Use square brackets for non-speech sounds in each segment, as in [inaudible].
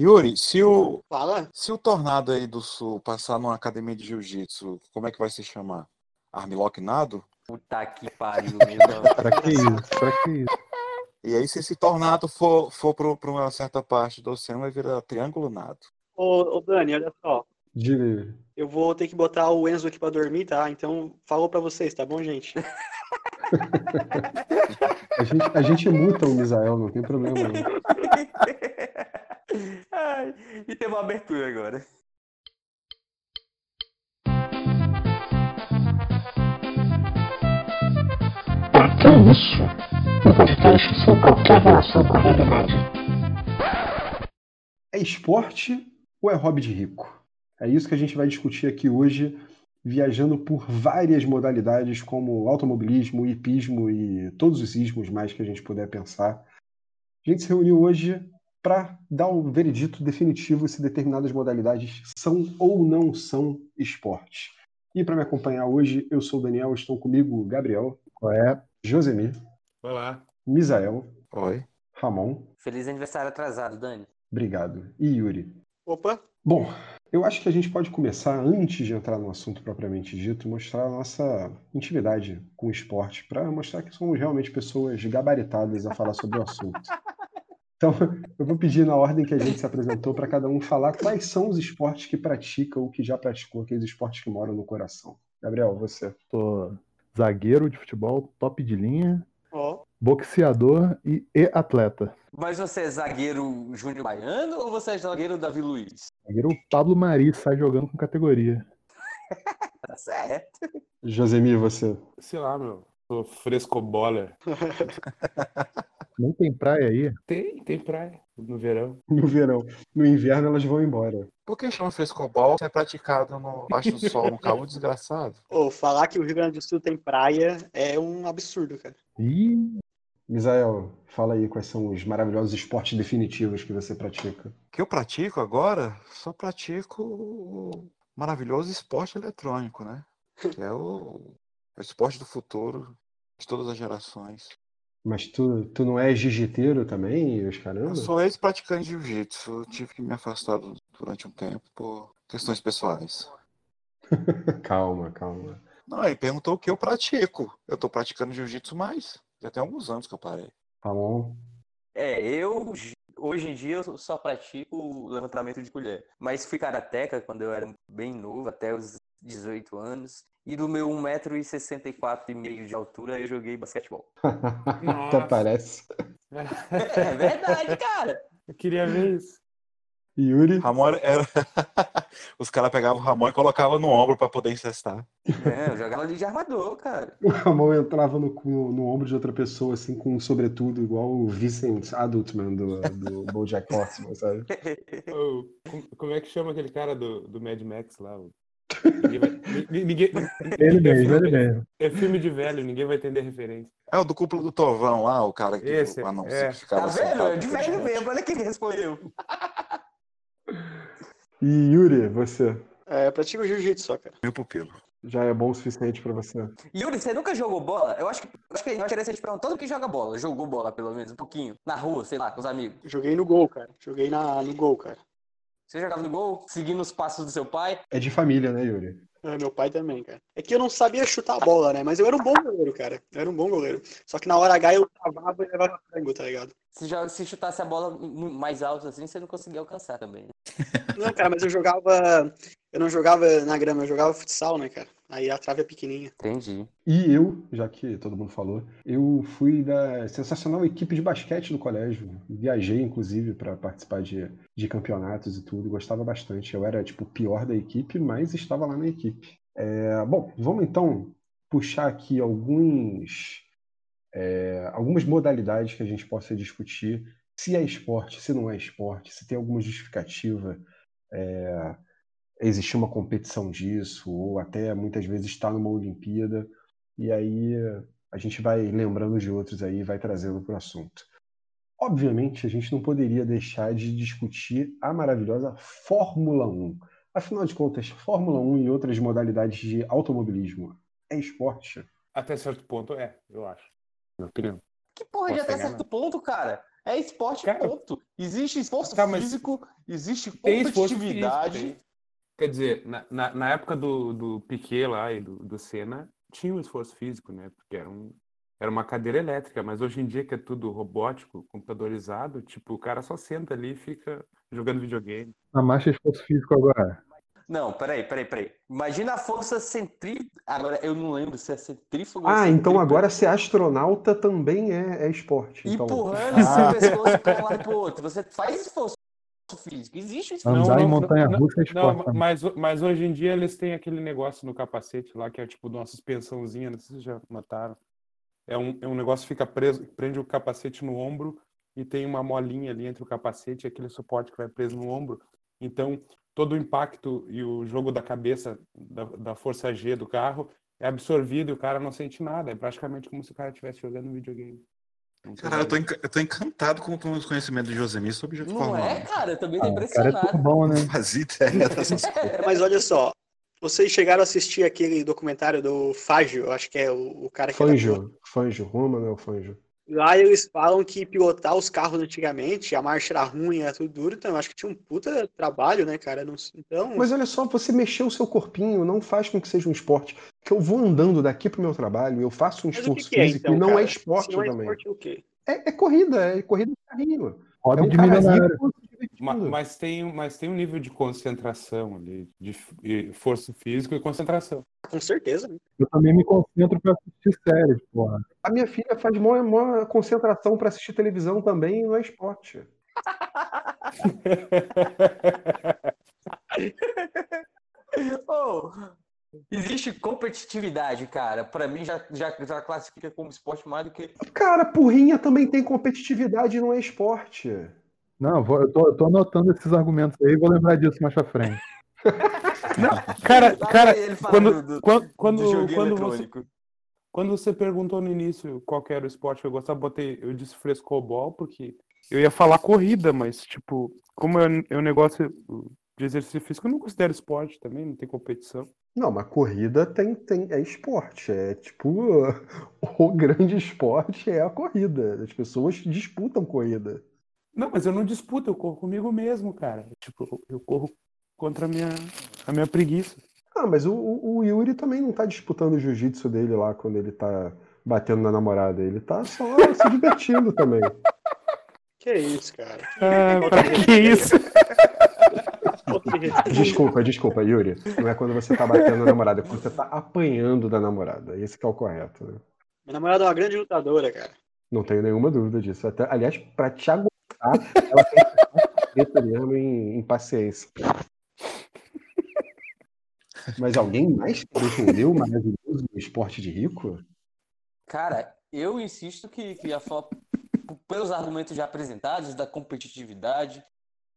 Yuri, se o, Fala. se o Tornado aí do Sul passar numa academia de jiu-jitsu, como é que vai se chamar? Armlock Nado? Puta Tá que pariu, meu Deus. Pra que isso? Pra que isso? E aí, se esse tornado for, for para uma certa parte do oceano, vai virar triângulo nado. Ô, ô, Dani, olha só. Diga aí. Eu vou ter que botar o Enzo aqui pra dormir, tá? Então, falou pra vocês, tá bom, gente? A gente, a gente muta o Misael, não tem problema. Não. [laughs] Ai, e teve uma abertura agora. Porque isso? O podcast sem qualquer relação com a realidade. É esporte ou é hobby de rico? É isso que a gente vai discutir aqui hoje, viajando por várias modalidades, como automobilismo, hipismo e todos os ismos mais que a gente puder pensar. A gente se reuniu hoje para dar um veredito definitivo se determinadas modalidades são ou não são esporte. E para me acompanhar hoje, eu sou o Daniel, estão comigo Gabriel, É, Josemir, Olá. Misael, Oi. Ramon, Feliz aniversário atrasado, Dani. obrigado, e Yuri. [laughs] Opa, Bom, eu acho que a gente pode começar, antes de entrar no assunto propriamente dito, mostrar a nossa intimidade com o esporte, para mostrar que somos realmente pessoas gabaritadas a falar sobre o assunto. Então, eu vou pedir na ordem que a gente se apresentou para cada um falar quais são os esportes que pratica ou que já praticou, aqueles esportes que moram no coração. Gabriel, você. sou zagueiro de futebol, top de linha, ó. boxeador e, e atleta. Mas você é zagueiro Júnior Baiano ou você é zagueiro Davi Luiz? Zagueiro Pablo Mari sai jogando com categoria. Tá certo. Josemir, você. Sei lá, meu. Sou frescobola. Não tem praia aí? Tem, tem praia no verão. No verão. No inverno elas vão embora. Por que chama frescobol se é praticado no baixo do sol, no calor desgraçado? Ô, falar que o Rio Grande do Sul tem praia é um absurdo, cara. Ih, Misael, fala aí quais são os maravilhosos esportes definitivos que você pratica. O [laughs] que eu pratico agora, só pratico o maravilhoso esporte eletrônico, né? Que é o, o esporte do futuro, de todas as gerações. Mas tu, tu não é jiu-jiteiro também, e os caramba? Eu sou ex-praticante de jiu-jitsu, tive que me afastar du- durante um tempo por questões pessoais. [laughs] Calma, calma. Não, ele perguntou o que eu pratico. Eu tô praticando jiu-jitsu mais. Já tem alguns anos que eu parei. Ramon, É, eu hoje em dia eu só pratico levantamento de colher. Mas fui karateca quando eu era bem novo, até os 18 anos. E do meu 1,64m de altura eu joguei basquetebol. até parece. É verdade, cara. Eu queria ver isso. Yuri, [laughs] Ramon era... [laughs] Os caras pegavam o Ramon e colocavam no ombro pra poder incestar. É, eu jogava ali de armador, cara. o Ramon entrava no, cu- no ombro de outra pessoa, assim, com um sobretudo, igual o Vincent Adultman do, [laughs] do BoJack Horseman, sabe? Ô, com- como é que chama aquele cara do, do Mad Max lá? o- Ninguém vai- ni- ninguém- ele [laughs] mesmo, ele mesmo. é filme de velho, ninguém vai entender a referência. É o do cúpula do Tovão lá, o cara que Esse, o anão é. sempre ficava Tá vendo? sentado É de na velho frente. mesmo. Olha quem respondeu. E Yuri, você É, eu pratico jiu-jitsu só, cara. Meu pupilo. já é bom o suficiente pra você? Yuri, você nunca jogou bola? Eu acho que, eu acho que é interessante pra todo mundo que joga bola. Jogou bola, pelo menos, um pouquinho. Na rua, sei lá, com os amigos. Joguei no gol, cara. Joguei na, no gol, cara. Você jogava no gol, seguindo os passos do seu pai. É de família, né, Yuri? É, meu pai também, cara. É que eu não sabia chutar a bola, né? Mas eu era um bom goleiro, cara. Eu era um bom goleiro. Só que na hora H eu travava e levava frango, tá ligado? Se, joga, se chutasse a bola mu- mais alto assim, você não conseguia alcançar também. né? Não, cara, mas eu jogava. Eu não jogava na grama, eu jogava futsal, né, cara? Aí a trave é pequenininha. Entendi. E eu, já que todo mundo falou, eu fui da sensacional equipe de basquete do colégio. Viajei, inclusive, para participar de, de campeonatos e tudo. Gostava bastante. Eu era, tipo, o pior da equipe, mas estava lá na equipe. É, bom, vamos então puxar aqui alguns, é, algumas modalidades que a gente possa discutir. Se é esporte, se não é esporte, se tem alguma justificativa. É, existir uma competição disso, ou até muitas vezes estar numa Olimpíada. E aí a gente vai lembrando de outros aí, vai trazendo para o assunto. Obviamente, a gente não poderia deixar de discutir a maravilhosa Fórmula 1. Afinal de contas, Fórmula 1 e outras modalidades de automobilismo é esporte? Até certo ponto é, eu acho. Minha opinião. Que porra de Posso até pegar, certo ponto, cara? É esporte, Cara, ponto. Existe esforço tá, mas físico, existe Tem esforço competitividade. físico, tem. Quer dizer, na, na, na época do, do Piquet lá e do, do Senna, tinha um esforço físico, né? Porque era, um, era uma cadeira elétrica, mas hoje em dia que é tudo robótico, computadorizado, tipo, o cara só senta ali e fica jogando videogame. A marcha é esforço físico agora. Não, peraí, peraí, peraí. Imagina a força centrífuga. Agora, eu não lembro se é centrífuga ou Ah, então centrípeta. agora ser astronauta também é, é esporte. Então, Empurrando Ah. seu pescoço para um lado e para o outro. Você faz esforço físico. Existe um isso. Andar Não, em não, montanha não, russa é Não, esporte. também. mas, mas hoje em dia eles têm aquele negócio no capacete lá que é tipo de uma suspensãozinha, não sei se vocês já notaram. É um, é um negócio que fica preso, prende o capacete no ombro e tem uma molinha ali entre o capacete e aquele suporte que vai preso no ombro. Então, todo o impacto e o jogo da cabeça, da, da força G do carro, é absorvido e o cara não sente nada. É praticamente como se o cara estivesse jogando um videogame. Não sei Cara, eu tô, se- enc- eu tô encantado com com os conhecimentos de Josemir sobre o Não é, cara? Eu também tô Ah, o cara é impressionado. turbão, né? Fazia ideia dessas coisas. É, Mas olha só, vocês chegaram a assistir aquele documentário do Fágio, eu acho que é o, o cara que era piloto. Fanjo, Fanjo, Roma não é o Fanjo. Lá eles falam que pilotar os carros antigamente, a marcha era ruim, era tudo duro, então eu acho que tinha um puta trabalho, né, cara? Não- então, Mas olha só, você mexer o seu corpinho não faz com que seja um esporte. Porque eu vou andando daqui pro meu trabalho, eu faço um mas o que esforço que é, físico então, e não cara? é esporte Se não é também. esporte, é o quê? É, é corrida, é corrida de carrinho. É Hobby um de cara milionário. rico se Ma- divertindo. Mas tem, mas tem um nível de concentração ali, de f- e força física e concentração. Com certeza, né? Eu também me concentro pra assistir séries, porra. A minha filha faz maior, maior concentração pra assistir televisão também e não é esporte. [laughs] Ô, existe competitividade, cara. Pra mim já, já, já classifica como esporte mais do que. Cara, porrinha também tem competitividade e não é esporte. Não, vou- eu, tô, eu tô anotando esses argumentos aí, vou lembrar disso mais pra frente. Cara, Lá cara, ele fala quando, do, do, quando, do quando, joguinho quando você, eletrônico. quando você perguntou no início qual que era o esporte que eu gostava, botei, eu disse frescobol, porque eu ia falar corrida, mas, tipo, como é, é um negócio de exercício físico, eu não considero esporte também, não tem competição. Não, mas corrida tem, tem, é esporte. É tipo, [laughs] o grande esporte é a corrida. As pessoas disputam corrida. Não, mas eu não disputo, eu corro comigo mesmo, cara. Tipo, eu corro contra a minha, a minha preguiça. Ah, mas o, o o Yuri também não tá disputando o jiu-jitsu dele lá quando ele tá batendo na namorada. Ele tá só se divertindo também. Que é isso, cara? [laughs] Ah, pra que isso? Desculpa, desculpa, Yuri. Não é quando você tá batendo na namorada, é quando você tá apanhando da namorada. Esse que é o correto, né? Minha namorada é uma grande lutadora, cara. Não tenho nenhuma dúvida disso. Até, aliás, pra te aguentar, ela tem que ficar preta mesmo em, em paciência. Mas alguém mais que defendeu o maravilhoso esporte de rico? Cara, eu insisto que, que a FOP, pelos argumentos já apresentados, da competitividade,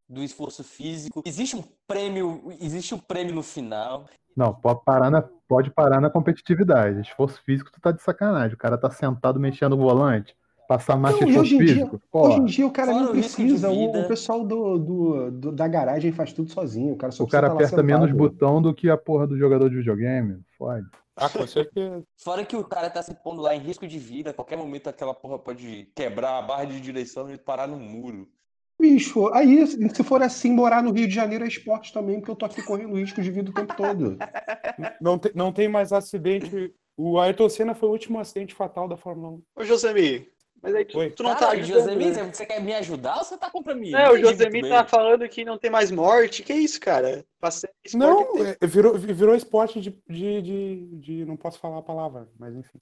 do esforço físico, existe um prêmio, existe um prêmio no final. Não, pode parar na, pode parar na competitividade. Esforço físico, tu tá de sacanagem. O cara tá sentado mexendo o volante. Passar marcha Não, é e hoje esforço em dia- físico. Hoje Porra. em dia o cara Fora não o risco de precisa. O, vida. o pessoal do, do- do- da garagem faz tudo sozinho. O cara só O cara precisa tá aperta lá sentado. menos botão do que a porra do jogador de videogame. Fode. Ah, com certeza. Fora que o cara tá se pondo lá em risco de vida, a qualquer momento aquela porra pode quebrar a barra de direção e parar no muro. Bicho, aí se for assim, morar no Rio de Janeiro é esporte também, porque eu tô aqui correndo risco de vida o tempo todo. [laughs] Não, te, não tem mais acidente. O Ayrton Senna foi o último acidente fatal da Fórmula 1. Ô, Josemir, mas aí tu, Oi. tu não tá Cara, ajudando, Josemir, né? você quer me ajudar ou você tá contra mim? É, Não o entendi muito Josemir bem. tá falando que não tem mais morte. Que isso, cara? Passei esse esporte Não, que tem. é, virou, virou esporte de, de, de, de- Não posso falar a palavra, mas enfim.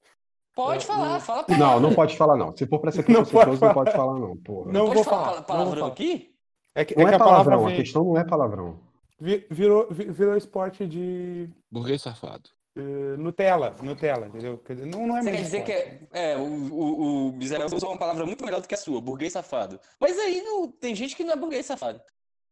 Pode É, falar, o- fala pra Não, não pode falar não. Se for pra ser preconceituoso, não pode falar não, porra. Não Pode vou falar falar. pala- não vou palavrão falar. aqui? É que, Não é é que a palavra palavrão, a vem. questão não é palavrão. Vi- Virou, vi- virou esporte de [laughs] Burguês safado. eh, Nutella, Nutella, entendeu? Quer dizer, não, não é Você quer mais dizer que esporte. é, é, o, o, o miserável usou uma palavra muito melhor do que a sua, burguês safado. Mas aí não- tem gente que não é burguês safado.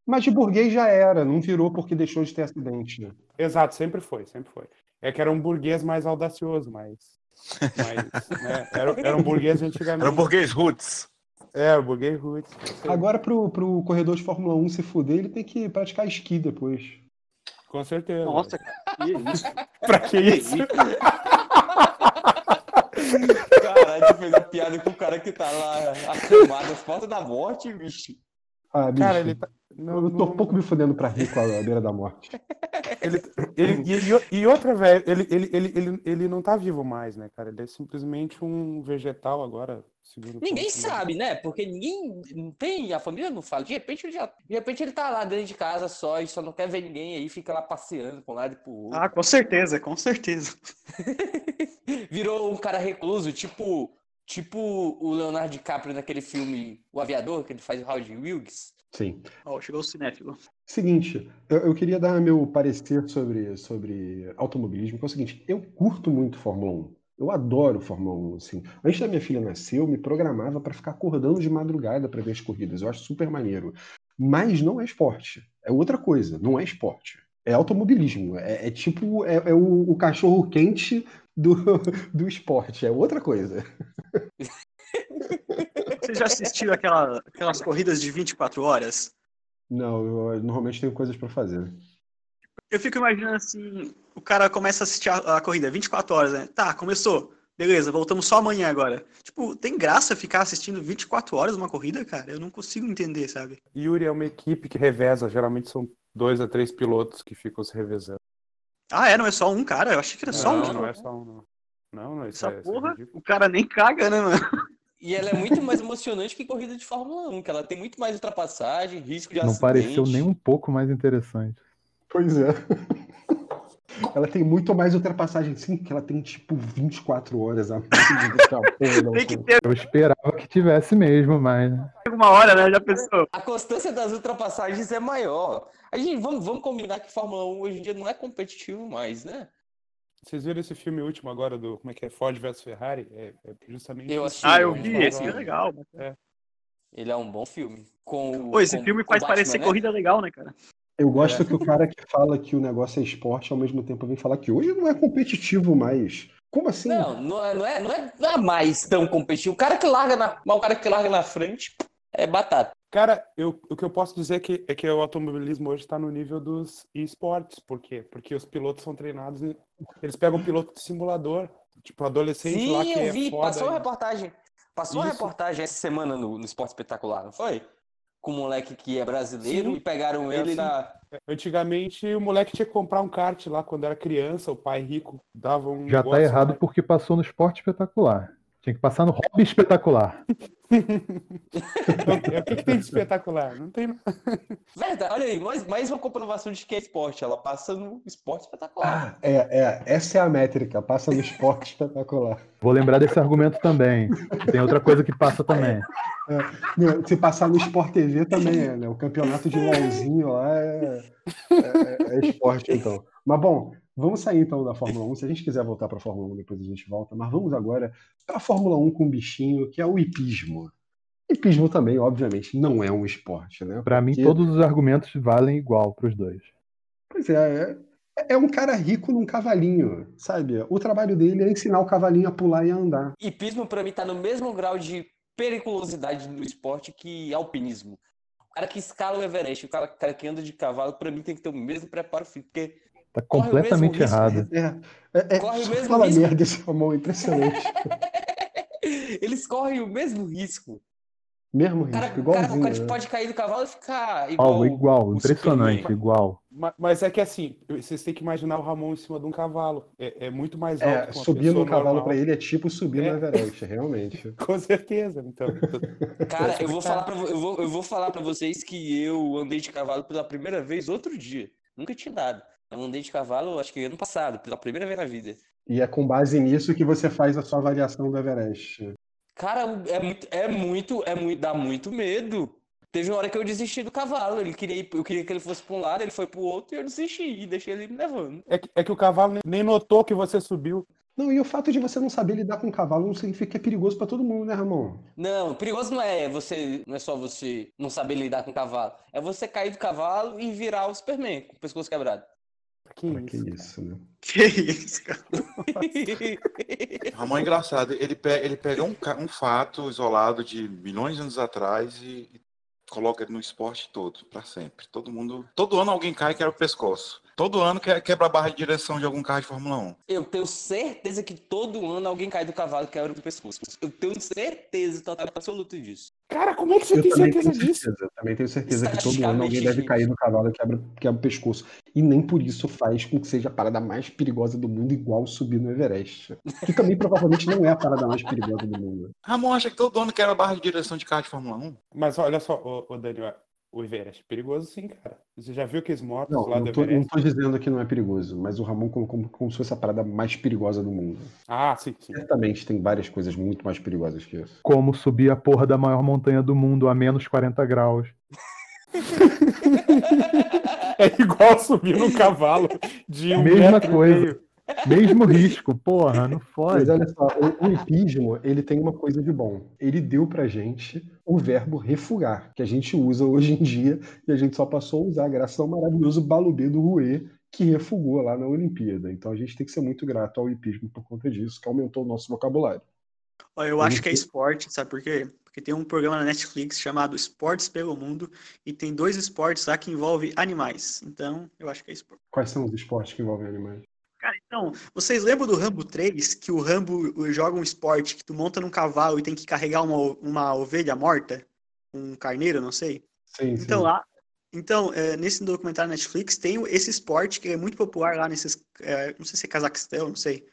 Mas de burguês já era, não virou porque deixou de ter acidente. né? é- Exato, sempre foi, sempre foi. É que era um burguês mais audacioso, mas. [laughs] mas, né, era, era um burguês antigamente. Era o burguês roots. É, um o burguês roots. isso aí. Agora pro, pro corredor de Fórmula 1 se fuder, ele tem que praticar esqui depois. Com é- certeza. Nossa, cara. Que isso? Pra que isso? Caralho, tu fez a piada com o cara que tá lá acamado, foto da morte, bicho. Ah, bicho. Cara, ele tá. Não, Eu tô não- pouco me fudendo pra rir com a beira da morte. ele- e, e- e outra, velho, ele, ele, ele, ele, ele não tá vivo mais, né, cara? Ele é simplesmente um vegetal agora, segundo o Ninguém ponto, né? sabe, né? Porque ninguém não tem, a família não fala. De repente ele já, de repente ele tá lá dentro de casa só e só não quer ver ninguém aí, fica lá passeando pra um lado e pro outro. Ah, com certeza, com certeza. [laughs] Virou um cara recluso, tipo, tipo o Leonardo DiCaprio naquele filme O Aviador, que ele faz o Howard Wilkes. Sim. Ó, chegou o cinéfilo. Seguinte, eu, eu queria dar meu parecer sobre, sobre automobilismo, que é o seguinte, eu curto muito Fórmula 1. Eu adoro Fórmula 1, assim. Antes da minha filha nascer, eu me programava para ficar acordando de madrugada para ver as corridas. Eu acho super maneiro. Mas não é esporte. É outra coisa, não é esporte. É automobilismo. É, é tipo, é, é o, o cachorro quente do, [laughs] do esporte. É outra coisa. Você já assistiu aquela, aquelas corridas de 24 horas? Não, eu, eu normalmente tenho coisas para fazer. Eu fico imaginando assim, o cara começa a assistir a, a corrida 24 horas, né? Tá, começou. Beleza, voltamos só amanhã agora. Tipo, tem graça ficar assistindo 24 horas uma corrida, cara? Eu não consigo entender, sabe? Yuri é uma equipe que reveza, geralmente são dois a três pilotos que ficam se revezando. Ah, é, não é só um cara? Eu achei que era só um. não, de não novo. é só um, não. Não, não, isso Essa é, isso é porra, ridículo. o cara nem caga, né, mano? E ela é muito mais emocionante que corrida de Fórmula 1, que ela tem muito mais ultrapassagem, risco de Não acidente. pareceu nem um pouco mais interessante. Pois é. Ela tem muito mais ultrapassagem, sim, que ela tem tipo 24 horas a mais do que [laughs] a porra da Tem que outra. ter Eu esperava que tivesse mesmo, mas alguma hora, né? Já pensou? A constância das ultrapassagens é maior. A gente, vamos, vamos combinar que Fórmula 1 hoje em dia não é competitivo mais, né? Vocês viram esse filme último agora do como é que é Ford versus Ferrari? É, é justamente Eu assisti. isso. Ah, eu vi Fala, esse, é legal. Ele é um bom filme. Com, o- Pô, esse com- filme com faz Batman, parecer né? corrida legal, né, cara? Eu gosto que o cara que fala que o negócio é esporte, ao mesmo tempo vem falar que hoje não é competitivo mais. Como assim? Não, não é, não, é, não, é, não é mais tão competitivo. O cara que larga na, mas o cara que larga na frente é batata. Cara, eu- o que eu posso dizer é que, é que o automobilismo hoje está no nível dos esportes. Por quê? Porque os pilotos são treinados, em- eles pegam o piloto de simulador, tipo adolescente Sim, lá que eu é vi. foda. Passou e- uma reportagem. Passou uma Isso. reportagem essa semana no, no Esporte Espetacular, não foi? Com um moleque que é brasileiro e pegaram É ele assim. na. Antigamente o moleque tinha que comprar um kart lá quando era criança, o pai rico dava um já tá negócio errado lá. porque passou no esporte espetacular. Tinha que passar no hobby espetacular. Então, é, o que, que tem de espetacular? Não tem. nada. Verdade, olha aí, mais, mais uma comprovação de que é esporte. Ela passa no esporte espetacular. Ah, é, é. Essa é a métrica. Passa no esporte [laughs] espetacular. Vou lembrar desse argumento também. Tem outra coisa que passa também. Não, Se passar no Sport TV também é, né? O campeonato de LOLzinho lá é, é- é esporte, então. Mas bom, vamos sair então da Fórmula 1. Se a gente quiser voltar para a Fórmula 1, depois a gente volta. Mas vamos agora para a Fórmula 1 com um bichinho, que é o hipismo. Hipismo também, obviamente, não é um esporte, né? Pra mim, Porque- todos os argumentos valem igual pros dois. Pois é, é, é um cara rico num cavalinho, sabe? O trabalho dele é ensinar o cavalinho a pular e a andar. hipismo pra mim tá no mesmo grau de periculosidade no esporte que alpinismo. O cara que escala o Everest, o cara, o cara que anda de cavalo, pra mim tem que ter o mesmo preparo físico, porque [laughs] Tá Corre o mesmo completamente risco. errado. É, é, é Corre o só mesmo fala risco. merda esse Ramon, [laughs] impressionante. eles correm o mesmo risco. O Mesmo risco, cara, o cara, igualzinho. o cara né? pode cair do cavalo e ficar igual. Ó, igual, o impressionante, Superman. igual. Ma- Mas é que assim, vocês têm que imaginar o Ramon em cima de um cavalo. É, é muito mais alto É, que uma subir pessoa no cavalo normal. pra ele é tipo subir É. no [laughs] Everest, realmente. Com certeza, então. Cara, [laughs] eu vou falar pra, vo- eu vou, eu vou falar pra vocês que eu andei de cavalo pela primeira vez outro dia. Nunca tinha dado. Eu andei de cavalo, acho que ano passado, pela primeira vez na vida. E é com base nisso que você faz a sua avaliação do Everest. Cara, é muito, é muito, é muito, dá muito medo. Teve uma hora que eu desisti do cavalo. Ele queria, ir- eu queria que ele fosse pra um lado, ele foi pro outro e eu desisti e deixei ele me levando. É que, é que o cavalo nem- nem notou que você subiu. Não, e o fato de você não saber lidar com o cavalo não significa que é perigoso pra todo mundo, né, Ramon? Não, perigoso não é você, não é só você não saber lidar com o cavalo. É você cair do cavalo e virar o Superman com o pescoço quebrado. [laughs] Que Pra que isso. isso, né? Que isso, cara. Ramon é engraçado. Ele pega, ele pega um, ca- um fato isolado de milhões de anos atrás e, e coloca ele no esporte todo, pra sempre. Todo mundo. Todo ano alguém cai e quebra o pescoço. Todo ano que- é, quebra a barra de direção de algum carro de Fórmula 1. Eu tenho certeza que todo ano alguém cai do cavalo e quebra o pescoço. Eu tenho certeza total absoluta disso. Cara, como é que você Eu tem também certeza tenho disso? certeza. Eu também tenho certeza que todo ano alguém Estatisticamente, deve gente. cair no cavalo e quebra, quebra o pescoço. E nem por isso faz com que seja a parada mais perigosa do mundo, igual subir no Everest. Que também provavelmente não é a parada mais perigosa do mundo. Ramon acha que todo ano quebra a barra de direção de carro de Fórmula 1. Mas olha só, ô, ô Daniel, o Everest é perigoso sim, cara. Você já viu que eles motos Não, lá não do tô, não Everest? tô dizendo que não é perigoso, mas o Ramon colocou como, como se fosse a parada mais perigosa do mundo. Ah, sim, sim. [laughs] Certamente tem várias coisas muito mais perigosas que isso. Como subir a porra da maior montanha do mundo a menos 40 graus. É igual subir num cavalo de um Mesma metro e coisa. meio. [laughs] Mesmo risco, porra, não fode. Mas olha só, o, o hipismo, ele tem uma coisa de bom. Ele deu pra gente o verbo refugar, que a gente usa hoje em dia, e a gente só passou a usar graças ao maravilhoso Balubê do Rouet, que refugou lá na Olimpíada. Então a gente tem que ser muito grato ao hipismo por conta disso, que aumentou o nosso vocabulário. Ó, Eu acho que é esporte, sabe por quê? Porque tem um programa na Netflix chamado Esportes pelo Mundo e tem dois esportes lá que envolvem animais. Então, eu acho que é esporte. Quais são os esportes que envolvem animais? Cara, então, vocês lembram do Rambo 3? Que o Rambo joga um esporte que tu monta num cavalo e tem que carregar uma, uma ovelha morta? Um carneiro, não sei. Sim, sim. Então, lá, então é, nesse documentário Netflix tem esse esporte que é muito popular lá nesses, é, não sei se é Cazaquistão, não sei.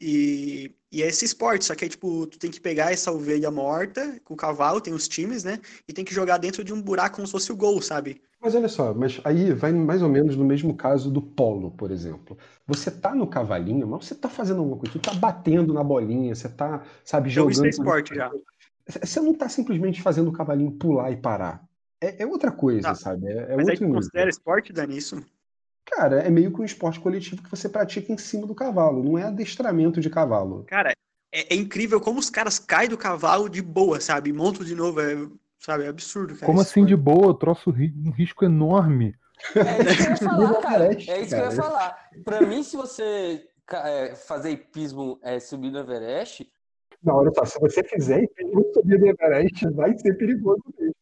E, e é esse esporte, só que é tipo, tu tem que pegar essa ovelha morta com o cavalo, tem os times, né? E tem que jogar dentro de um buraco como se fosse o gol, sabe? Mas olha só, mas aí vai mais ou menos no mesmo caso do polo, por exemplo. Você tá no cavalinho, mas você tá fazendo alguma coisa, você tá batendo na bolinha, você tá, sabe, Então isso jogando. é esporte já. C- Você não tá simplesmente fazendo o cavalinho pular e parar. É, é outra coisa, Tá. sabe? É, é Mas aí outro tu nível. considera esporte, Dani, isso? Cara, é meio que um esporte coletivo que você pratica em cima do cavalo, não é adestramento de cavalo. Cara, é, é incrível como os caras caem do cavalo de boa, sabe? Montam de novo, é, sabe? É absurdo, cara. Como esse assim de esporte. boa? Eu troço ri- um risco enorme. [laughs] É isso que eu ia falar, cara. Everest, É isso que eu ia cara. falar. Pra mim, se você ca- é, fazer hipismo é, subir no Everest, Não, olha só, se você fizer e subir do Everest, vai ser perigoso mesmo.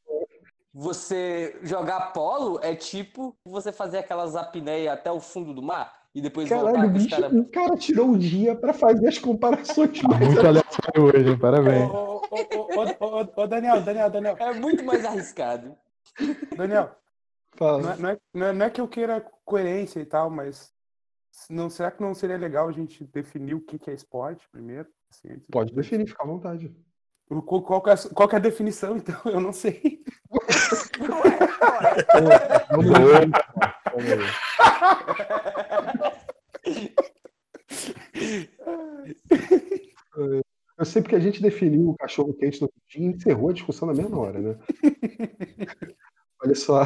você jogar polo é tipo você fazer aquelas apneias até o fundo do mar e depois Caralho, voltar o com os bicho, caras. o cara tirou o dia pra fazer as [laughs] comparações mais Muito aleatório hoje, hein? Parabéns. Ô, ô, ô, ô, ô, ô, ô, Daniel, Daniel, Daniel, É muito mais [laughs] arriscado. Daniel. Não Fala. é, não é- não é- não é que eu queira coerência e tal, mas não, será que não seria legal a gente definir o que, que é esporte primeiro? Assim, antes de- Pode definir, fica à vontade. O- Qual, qual que é, a su- qual que é a definição, [laughs] então? Eu não sei. É. Vamos lá. Eu sei porque a gente definiu o cachorro quente no outro dia e encerrou a discussão na mesma hora, né? Olha só.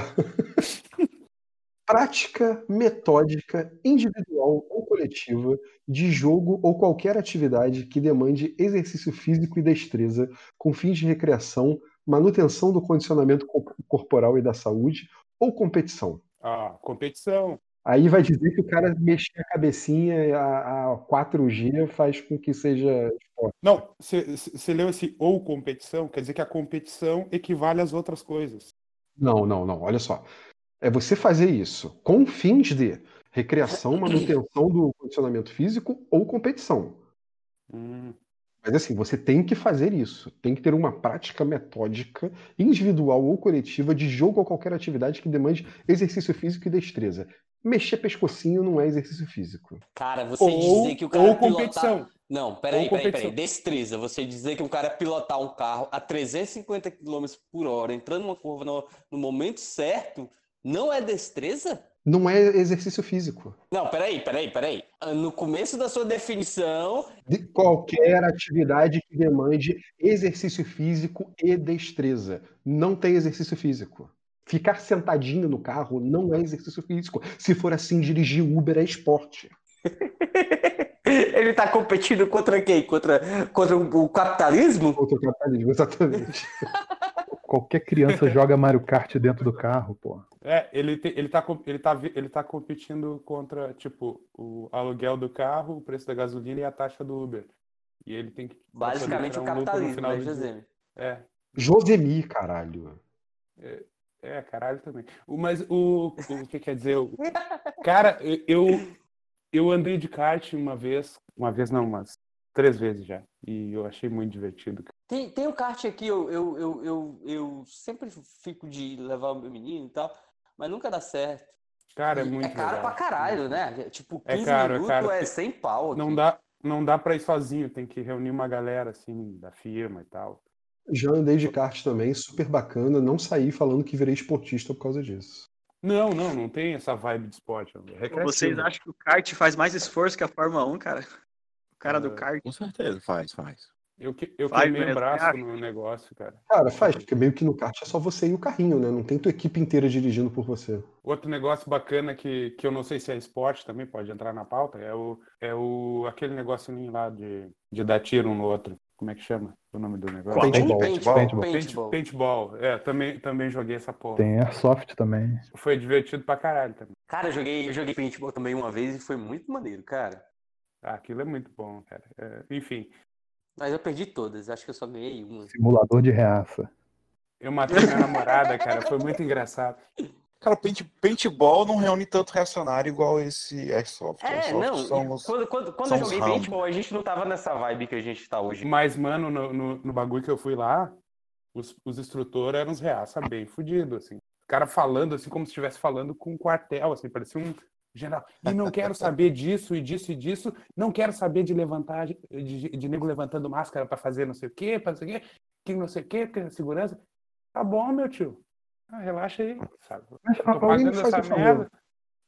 Prática metódica, individual ou coletiva, de jogo ou qualquer atividade que demande exercício físico e destreza, com fins de recreação, manutenção do condicionamento co- corporal e da saúde, ou competição. Ah, competição. Aí vai dizer que o cara mexer a cabecinha a, a 4G faz com que seja esporte. Não, você leu esse ou competição, quer dizer que a competição equivale às outras coisas. Não, não, não. Olha só. É você fazer isso com fins de recreação, manutenção do condicionamento físico ou competição. Hum, Mas assim, você tem que fazer isso. Tem que ter uma prática metódica, individual ou coletiva, de jogo ou qualquer atividade que demande exercício físico e destreza. Mexer pescocinho não é exercício físico. Cara, você ou dizer que o cara ou pilotar. competição. Não, peraí, Ou peraí, peraí. competição. Destreza. Você dizer que o cara pilotar um carro a 350 km por hora, entrando numa curva no, no momento certo, não é destreza? Não é exercício físico. Não, peraí, peraí, peraí. Ah, No começo da sua definição, de qualquer atividade que demande exercício físico e destreza. Não tem exercício físico. Ficar sentadinho no carro não é exercício físico. Se for assim, dirigir Uber é esporte. [laughs] ele tá competindo contra quem? Contra, contra o o capitalismo? Outro capitalismo, exatamente. Qualquer criança joga Mario Kart dentro do carro, porra. É, ele, te- ele, tá, com- ele, tá, vi- ele tá competindo contra, tipo, o aluguel do carro, o preço da gasolina e a taxa do Uber. E ele tem que. pra poder Basicamente o né, tirar um lucro no capitalismo, final né, do dia. José? É, Josemi, caralho. é, É, caralho também. O- Mas o, o que quer dizer? o- [laughs] Cara, eu, eu andei de kart uma vez, uma vez não, umas três vezes já. E eu achei muito divertido. cara. Tem, tem um kart aqui, eu, eu, eu, eu, eu sempre fico de levar o meu menino e tal, mas nunca dá certo. Cara, é E muito é caro legal. pra caralho, né? Tipo, É 15 caro, é minutos caro. é 100 pau aqui. Não dá, não dá pra ir sozinho, tem que reunir uma galera, assim, da firma e tal. Já andei de kart também, super bacana. Não saí falando que virei esportista por causa disso. Não, não, não tem essa vibe de esporte. É recreativo. Vocês acham que o kart faz mais esforço que a Fórmula 1, cara? O cara do Ah, kart. Com certeza, faz, faz. Eu, que- eu Vai queimei o mesmo, braço acha? no negócio, cara. Cara, faz, porque meio que no kart é só você e o carrinho, né? Não tem tua equipe inteira dirigindo por você. Outro negócio bacana que, que eu não sei se é esporte também, pode entrar na pauta, é o, é o aquele negocinho lá de, de dar tiro um no outro. Como é que chama o nome do negócio? Qual? Paintball. Paintball, Paintball. Paint- paintball. paintball. É, também, também joguei essa porra. Tem Airsoft também. Foi divertido pra caralho também. Cara, eu joguei, eu joguei paintball também uma vez e foi muito maneiro, cara. Ah, aquilo é muito bom, cara. É, enfim, Mas eu perdi todas, acho que eu só ganhei uma. Simulador de reaça. eu matei minha namorada, cara. Foi muito engraçado. Cara, paint, paintball não reúne tanto reacionário igual esse Airsoft. Então, É, Airsoft não, são os- quando, quando, quando eu são os joguei round. paintball, a gente não tava nessa vibe que a gente tá hoje. Mas, mano, no, no, no bagulho que eu fui lá, os, os instrutores eram uns reaça bem fudidos, assim. O cara falando, assim, como se estivesse falando com um quartel, assim, parecia um general. E não quero saber disso, e disso, e disso. Não quero saber de levantar, de, de, de nego levantando máscara pra fazer não sei o quê, pra não sei o quê, que não sei o quê, porque é segurança. Tá bom, meu tio. Ah, relaxa aí, sabe? Mas Tô pagando essa merda.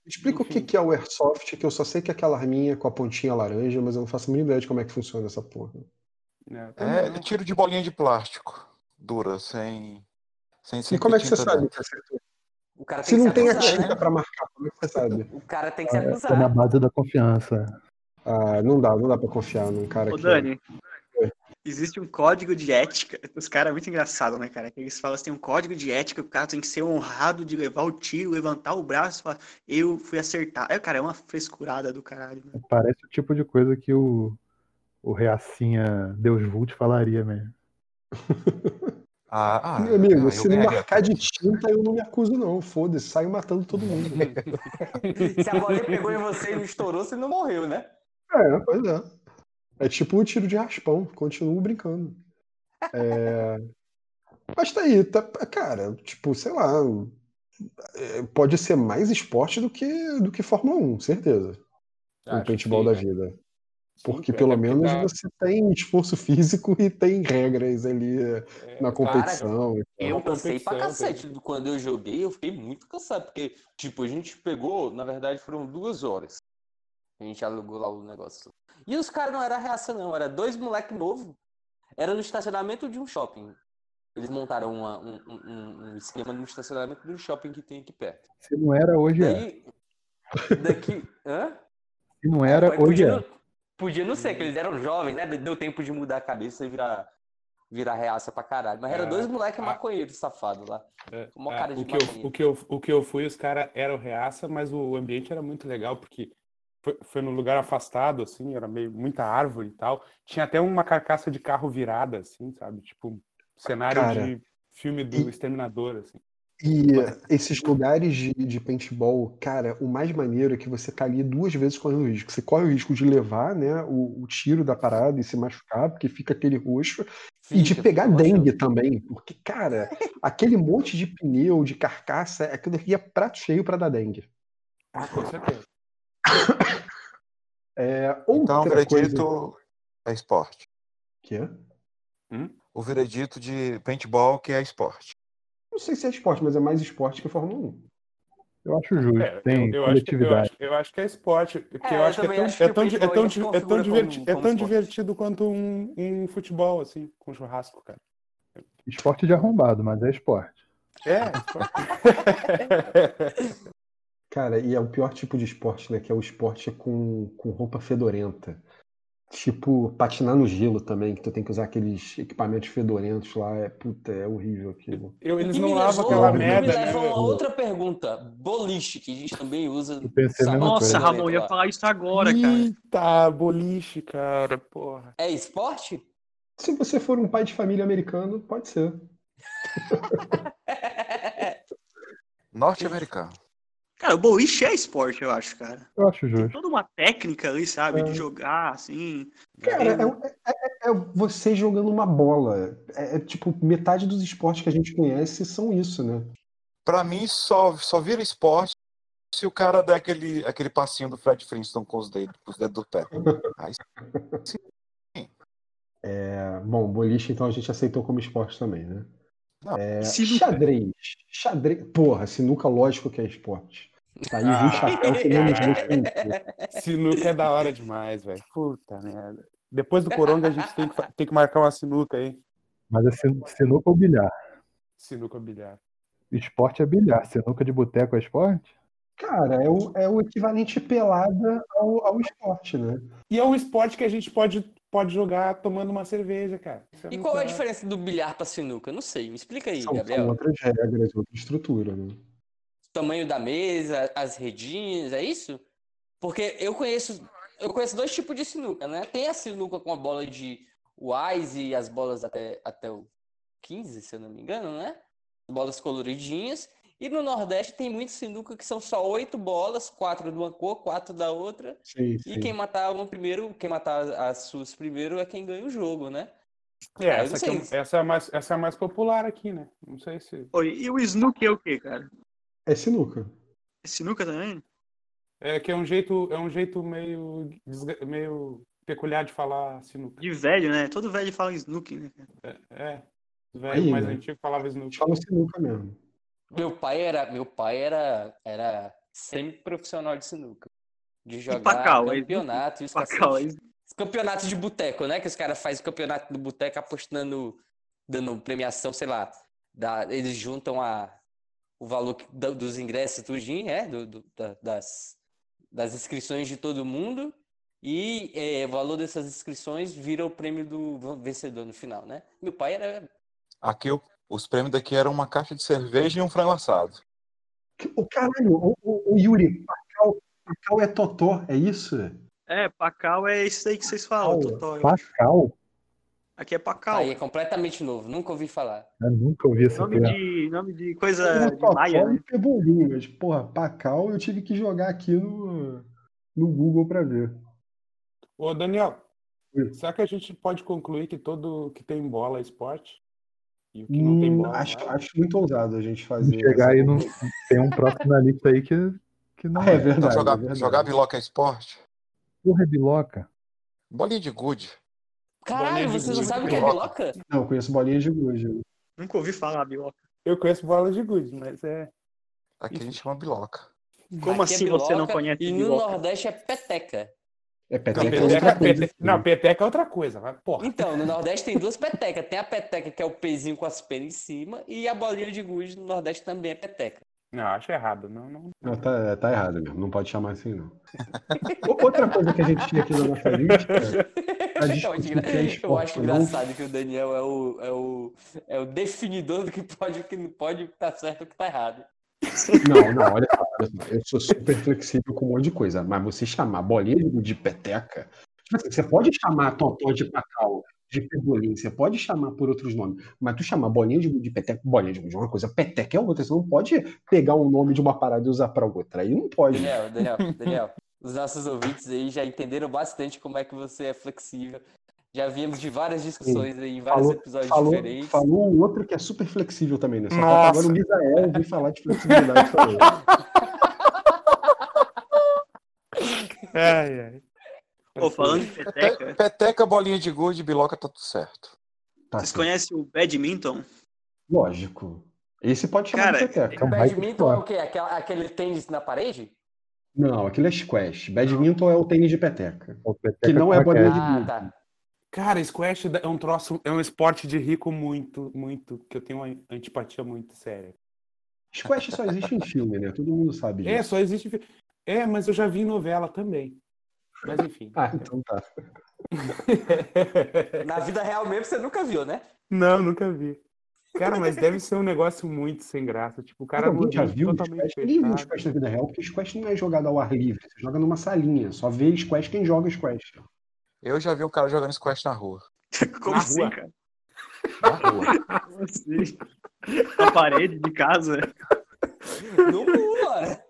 Explica o que Enfim. que é o Airsoft, que eu só sei que é aquela arminha com a pontinha laranja, mas eu não faço a mínima ideia de como é que funciona essa porra. É, também É, não. tiro de bolinha de plástico. Dura, sem. sem E sem como é que você tinta sabe dentro. que acertou? O cara Se tem não que tem se a acusar, né? tinta pra marcar, como é que você sabe? né? O cara tem que se É, Foi na acusar. base da confiança. Ah, não dá, não dá pra confiar num cara Ô, que. Dani, É. existe um código de ética. Os caras é muito engraçado, né, cara? Que Eles falam assim, tem um código de ética, que o cara tem que ser honrado de levar o tiro, levantar o braço e falar, eu fui acertar. É, cara, é uma frescurada do caralho, né? Parece o tipo de coisa que o, o Reacinha Deus Vult falaria mesmo. Ah, ah, Meu amigo, ah, se eu não ganharia marcar de todas. tinta, eu não me acuso, não. Foda-se, saio matando todo mundo. [laughs] Se a bolinha pegou em você e não estourou, você não morreu, né? É, pois é. É tipo o tiro de raspão, continuo brincando. É, [laughs] Mas tá aí, tá... cara, tipo, sei lá, é, pode ser mais esporte do que, do que Fórmula 1, certeza. É, Acho o que paintball sim, da né? vida. Sim, Porque cara, pelo até porque menos dá- você tem esforço [laughs] físico e tem regras ali é, na cara, competição. Eu É Uma cansei pra competição, cacete. do- Quando eu joguei, eu fiquei muito cansado, porque, tipo, a gente pegou, na verdade, foram duas horas. A gente alugou lá o negócio. E os caras não era reação, não, era dois moleque novo. Era no estacionamento de um shopping. Eles montaram uma- um, um- um- um esquema no estacionamento de um shopping que tem aqui perto. Se não era, hoje é. Daí, daqui. Hã? Se não era, Mas hoje podia, é. não, podia não ser, que eles eram jovens, né? Deu tempo de mudar a cabeça e virar, virar reaça pra caralho. Mas era É, dois moleques a- maconheiros safados lá. É, Com uma é, cara de o, que eu, maconheiro. o, que eu, o que eu fui, os caras eram reaça, mas o ambiente era muito legal, porque foi, foi num lugar afastado, assim, era meio muita árvore e tal. Tinha até uma carcaça de carro virada, assim, sabe? Tipo, um cenário Cara, de filme do e- Exterminador, assim. E esses lugares de, de paintball, cara, o mais maneiro é que você tá ali duas vezes correndo risco. Você corre o risco de levar, né, o, o tiro da parada e se machucar, porque fica aquele roxo, e de Fica, pegar fica dengue machucado. também, porque, cara, aquele monte de pneu, de carcaça, aquilo aqui é prato cheio pra dar dengue. Ah, com certeza. É, Então, o outra coisa veredito é esporte. que é, O veredito de paintball que é esporte. não sei se é esporte, mas é mais esporte que Fórmula 1. Eu acho justo. É, tem eu, eu acho que, eu, coletividade. acho, eu acho que é esporte, porque É, eu eu acho que é também tão, acho que é o tão, di- é beisebol, tão, ele di- se é tão configura como- diverti- como é tão esporte. divertido quanto um, um futebol, assim, com churrasco, cara. Esporte de arrombado, mas é esporte. É, esporte. Cara, e é o pior tipo de esporte, né? Que é o esporte com, com roupa fedorenta. Tipo, patinar no gelo também, que tu tem que usar aqueles equipamentos fedorentos lá. É, puta, é horrível aquilo. [laughs] Eu- eles E não me lavam levou- aquela e merda, Me né? levam a outra pergunta. Boliche, que a gente também usa. Eu pensei É a mesma Nossa, coisa. Ramon, eu ia falar isso agora, cara. Eita, Tá, boliche, cara, porra. É esporte? Se você for um pai de família americano, pode ser. Norte-americano. Cara, o boliche é esporte, eu acho, cara. Eu acho Tem É. Então, justo. toda uma técnica ali, sabe? De jogar, assim. Cara, é, um- é- é- é você jogando uma bola. É, é, tipo, metade dos esportes que a gente conhece são isso, né? Pra mim, só, só vira esporte se o cara der aquele, aquele passinho do Fred Flintstone com os dedos, com os dedos do pé. Aí É, bom, boliche, então a gente aceitou como esporte também, né? É, Sinuca. xadrez. Xadrez. Porra, sinuca, lógico que é esporte. Tá aí o chapéu que não nos deixa mentir. Sinuca é da hora demais, velho. Puta merda. Depois do Coronga, a gente tem que, fa- tem que marcar uma sinuca, hein? Mas é sin- sinuca ou bilhar? Sinuca bilhar. Esporte é bilhar. Sinuca de boteco é esporte? Cara, é o, é o equivalente pelada ao, ao esporte, né? E é um esporte que a gente pode, pode jogar tomando uma cerveja, cara. Isso E muito qual é a da hora. diferença do bilhar pra sinuca? Não sei, me explica aí, São, tá são Gabriel. outras regras, outra estrutura, né? tamanho da mesa, as redinhas, é isso? Porque eu conheço, eu conheço dois tipos de sinuca, né? Tem a sinuca com a bola de wise e as bolas até, até o 15, se eu não me engano, né? Bolas coloridinhas. E no Nordeste tem muito sinuca que são só oito bolas, quatro de uma cor, quatro da outra. Sim, E sim. quem matar um primeiro, quem matar as suas primeiro é quem ganha o jogo, né? É, Ah, eu essa, não aqui é- sei. essa é a mais, essa é a mais popular aqui, né? Não sei se. Oi, E o snook é o quê, cara? É sinuca. É sinuca também? É que é um jeito, é um jeito meio, desga- meio peculiar de falar sinuca. De velho, né? Todo velho fala snook, né? cara? É. Velho Aí, mais né? antigo falava A sinuca. gente fala sinuca mesmo. Meu pai era, meu pai era, era semi-profissional de sinuca. De jogar Pacau, é isso? campeonato e os Pacal, cacete. é campeonato de boteco, né? Que os caras fazem campeonato do boteco apostando, dando premiação, sei lá. da- eles juntam a, o valor que- da- dos ingressos, tudinho, é, do, do- da- das, das inscrições de todo mundo. E é, o valor dessas inscrições vira o prêmio do vencedor no final, né? Meu pai era. Aqui o- os prêmios daqui eram uma caixa de cerveja e um frango assado. Que- O caralho, o, o- o Yuri, Pacau, Pacau é totó, é isso? É, pacal é isso aí que vocês falam, Pacal. Totó. Pacal? Aqui é pacal. Aí é completamente novo, nunca ouvi falar. Eu nunca ouvi essa Nome terra. de, nome de Eu é coisa vi É, de totó maia, e né? pebolim, mas, porra, Pacau eu tive que jogar aqui no, no Google pra ver. Ô, Daniel, Oi. será que a gente pode concluir que todo que tem bola é esporte? E o que não tem Hum, bola? não acho, é? acho muito ousado a gente fazer. Chegar essa- aí não tem um próximo na lista aí que, que não Ah, é é. Então, verdade. é jogar, verdade. jogar biloca é esporte? Porra, é biloca. Bolinha de gude. Caralho, Bolinha de vocês não gude. sabem o que é biloca? Não, eu conheço bolinhas de gude. Nunca ouvi falar, Bioca. Eu conheço bola de gude, mas é. Aqui a gente chama biloca. Como Aqui é assim você não biloca conhece E no Bioca? Nordeste é peteca. É Não, peteca é outra peteca, coisa. pete- não, peteca é outra coisa, vai, porra. Então, no Nordeste tem duas petecas. Tem a peteca que é o pezinho com as penas em cima e a bolinha de gude no Nordeste também é peteca. Não, acho errado. Não, não. Não, tá, tá errado mesmo. Não pode chamar assim, não. [laughs] O- Outra coisa que a gente tinha aqui na nossa lista. Tá [laughs] Eu acho, discutindo engra- que é né? eu acho esporte, ou não. engraçado que o Daniel é o, é o, é o definidor do que pode e o que não pode, o que tá certo e o que tá errado. Não, não, olha só, olha só. Eu sou super flexível com um monte de coisa, mas você chamar bolinha de- de peteca. tipo assim, você pode chamar totó de pacau, de pebolim, você pode chamar por outros nomes, mas tu chamar bolinha de, de peteca, bolinha de gude é uma coisa, peteca é outra. Você não pode pegar um nome de uma parada e usar pra outra. Aí não pode. É, Daniel, Daniel, Daniel, os nossos ouvintes aí já entenderam bastante como é que você é flexível. Já viemos de várias discussões aí, em vários Falou- é episódios Falou, diferentes. falou um outro que é super flexível também, né? Só falta Nossa. agora o Misael vir falar de [laughs] flexibilidade também. Tá Ai, ai. Pô, falando de Pe- peteca, Peteca, bolinha de gude, biloca, tá tudo certo. Tá vocês certo. conhecem o badminton? Lógico. Esse pode chamar Cara, de peteca. É um baita Badminton é o esporte. quê? Aquela- aquele tênis na parede? Não, aquilo é squash. Badminton é o tênis de peteca. Pô, peteca Que não é como bolinha de Ah, gude. tá. Cara, squash é um troço, é um esporte de rico muito, muito, que eu tenho uma antipatia muito séria. Squash só existe em filme, né? Todo mundo sabe É, disso. só existe. fi- É, mas eu já vi em novela também. [laughs] Mas enfim. Ah, então tá. Na vida real mesmo você nunca viu, né? Não, nunca vi. Cara, mas deve ser um negócio muito sem graça. Tipo, o cara Alguém no- já viu totalmente squash? Ninguém viu fechado. squash na vida real, porque squash não é jogado ao ar livre. Você joga numa salinha. Só vê squash quem joga squash. Eu já vi um cara jogando squash na rua. Como Na assim, rua. cara? Na rua. Como assim? Na parede de casa? No cu, Laura.